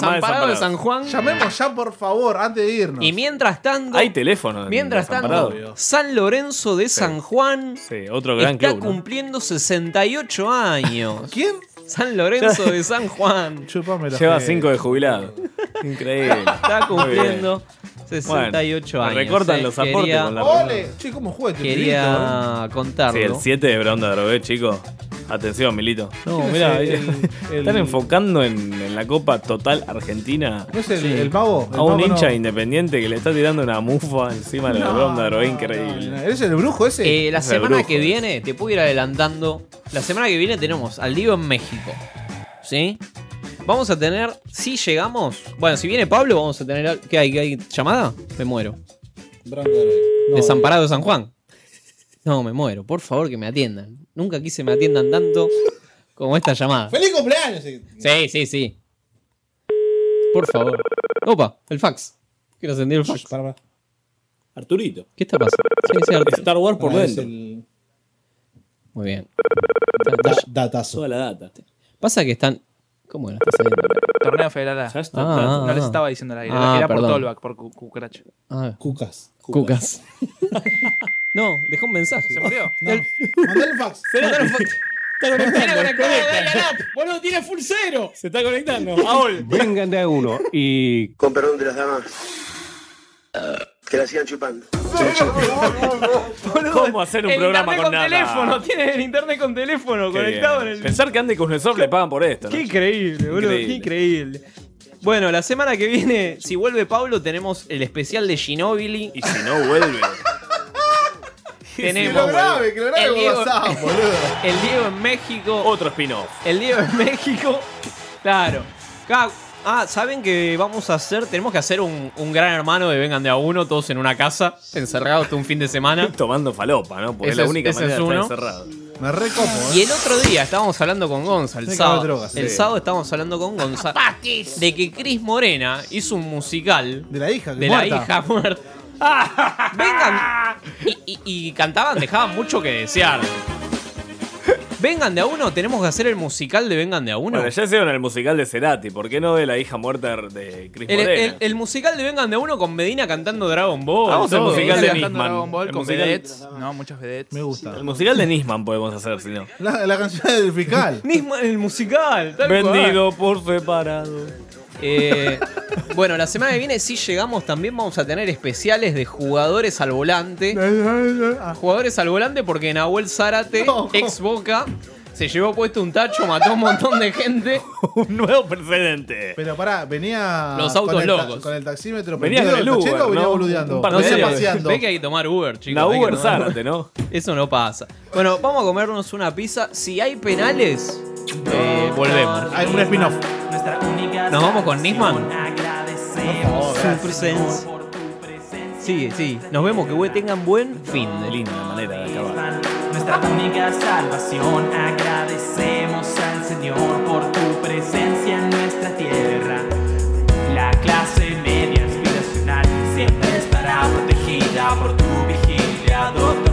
C: Desamparados.
A: San Juan.
B: Llamemos ya, por favor, antes de irnos.
A: Y mientras tanto,
C: Hay teléfono. en
A: mientras
C: Desamparados.
A: tanto, San Lorenzo de San Juan
C: Sí, otro gran
A: está
C: club. ¿no?
A: cumpliendo 68
C: (laughs)
A: años.
B: ¿Quién?
A: San Lorenzo de San Juan
B: Chupame la
C: Lleva
B: fe.
C: cinco de jubilado. Increíble.
A: está
C: Muy bien.
A: cumpliendo 68
C: Bueno,
A: años.
C: recortan
A: eh.
C: los
A: Quería-
C: aportes con la
B: ¡Ole! Che, ¿cómo juega este
A: Quería
B: pibito, eh?
C: Sí, el
A: contarlo.
C: 7 de Bronda Drogué, chicos. Atención, Milito. No,
B: ¿Quién es
C: mira,
B: el-
C: están enfocando en, en la Copa Total Argentina.
B: ¿No es el- el pavo? El
C: A un
B: pavo
C: hincha
B: no.
C: independiente que le está tirando una mufa encima de la
A: No,
C: bronda de Roy, increíble.
B: ¿Eres el brujo ese?
A: Eh, la
C: Es el
A: semana
C: brujo.
A: que viene, te puedo ir adelantando. La semana que viene tenemos al Divo en México. ¿Sí? Vamos a tener, si llegamos. Bueno, si viene Pablo, vamos a tener. al- ¿Qué hay? ¿Qué hay? ¿Llamada? Me muero. Desamparado de San Juan. No, me muero. Por favor, que me atiendan. Nunca quise me atiendan tanto como esta llamada.
B: ¡Feliz cumpleaños!
A: Sí, sí, sí. Por favor. Opa, el fax. Quiero encender el fax.
D: Arturito.
A: ¿Qué está pasando? Sí, sí, Arturo.
D: Star Wars por
A: Ah, es
D: dentro.
A: Muy bien.
D: datazo. Toda la data.
A: Pasa que están. ¿Cómo era?
F: Torneo Federal A.
A: Ah,
F: no les
A: ah.
F: estaba diciendo al aire.
A: Ah,
F: era por
A: perdón.
F: Tolbach, por cu- Cucaracha.
D: Cucas.
A: Cucas. no, dejó un mensaje.
F: ¿Se (laughs) murió?
B: Mandale un fax.
A: Mandale un fax.
D: Está
A: Tiene
D: conectando.
A: conectado
D: conecta.
A: Dial-Up.
D: Boludo, tiene full cero. Se está conectando.
Z: Vengan de a
A: ah.
Z: uno y.
I: Con perdón de las damas. Que la sigan chupando.
C: ¿Cómo hacer un
F: el
C: programa
F: internet
C: con,
F: con
C: nada?
F: teléfono, tiene el internet con teléfono
C: Qué
F: conectado en
C: bien.
F: el.
C: Pensar que Andy Kuznetsov le pagan por esto.
A: Qué increíble, boludo. Qué increíble. Bueno, la semana que viene, si vuelve Pablo, tenemos el especial de
C: (laughs)
A: Ginobili. Y si no vuelve. tenemos.
B: Que lo grabe, que lo grabe
A: el,
B: por
A: Diego,
B: WhatsApp, boludo.
A: (laughs) el Diego en México.
C: Otro spin-off.
A: El Diego en México. Claro. Ca- Ah, ¿saben que vamos a hacer? Tenemos que hacer un, un gran hermano de Vengan de a uno, todos en una casa, encerrados todo un fin de semana.
C: Tomando falopa, ¿no? Porque es
A: Ese
C: la
A: es-
C: única
A: ese
C: manera
A: es
C: de estar
A: uno.
C: encerrado.
B: Me eh. recopo,
A: (laughs) Y el otro día estábamos hablando con Gonza, el
B: Hay que
A: sábado.
B: haber drogas,
A: el
B: sí.
A: sábado estábamos hablando con Gonza de que Cris Morena hizo un musical
B: De la hija, que
A: de la
B: muerta.
A: hija muerta. Vengan. Y, y- y cantaban, dejaban mucho que desear. Vengan de a uno, tenemos que hacer el musical de Vengan de a uno.
C: Bueno, ya hicieron el musical de Cerati. ¿Por qué no de la hija muerta de Chris
A: el,
C: Morena?
A: el- el musical de Vengan de a uno con Medina cantando Dragon Ball.
C: Vamos a hacer
A: todo.
C: musical de
F: Cantando Dragon
C: Nisman.
F: Ball
C: El
F: con
C: musical-
F: vedettes. No, muchas vedettes. Me gusta.
C: El musical de Nisman podemos hacer, si no.
B: La, la canción
A: (laughs)
B: del fiscal.
A: Nisman, el musical. tal cual.
C: Vendido por separado. (laughs)
A: Eh, bueno, la semana que viene, si llegamos, también vamos a tener especiales de jugadores al volante. jugadores al volante porque Nahuel Zárate, ex Boca, se llevó puesto un tacho, mató a un montón de gente.
C: un nuevo precedente.
B: Pero pará, venía.
A: Los autos
B: con el ta-
A: locos.
B: con el taxímetro.
A: Venía
B: prendido,
A: con el
B: tachero,
A: Uber,
B: o venía
A: ¿no?
B: boludeando.
A: Un par
B: No
A: de
B: se
A: días.
B: paseando.
A: Ve que hay que tomar Uber, chicos.
C: La
A: hay que
C: Uber
A: tomar
C: Zárate, ¿no?
A: Eso no pasa. Bueno, vamos a comernos una pizza. Si hay penales, eh, volvemos.
B: Hay un spin-off.
A: Nos vamos con Nisman. Su presencia. Sí, sí. Nos vemos. Que we- tengan buen fin. De linda manera de acabar.
K: Nuestra única salvación, agradecemos al Señor por tu presencia en nuestra tierra. La clase media aspiracional siempre estará protegida por tu vigilia, doctor.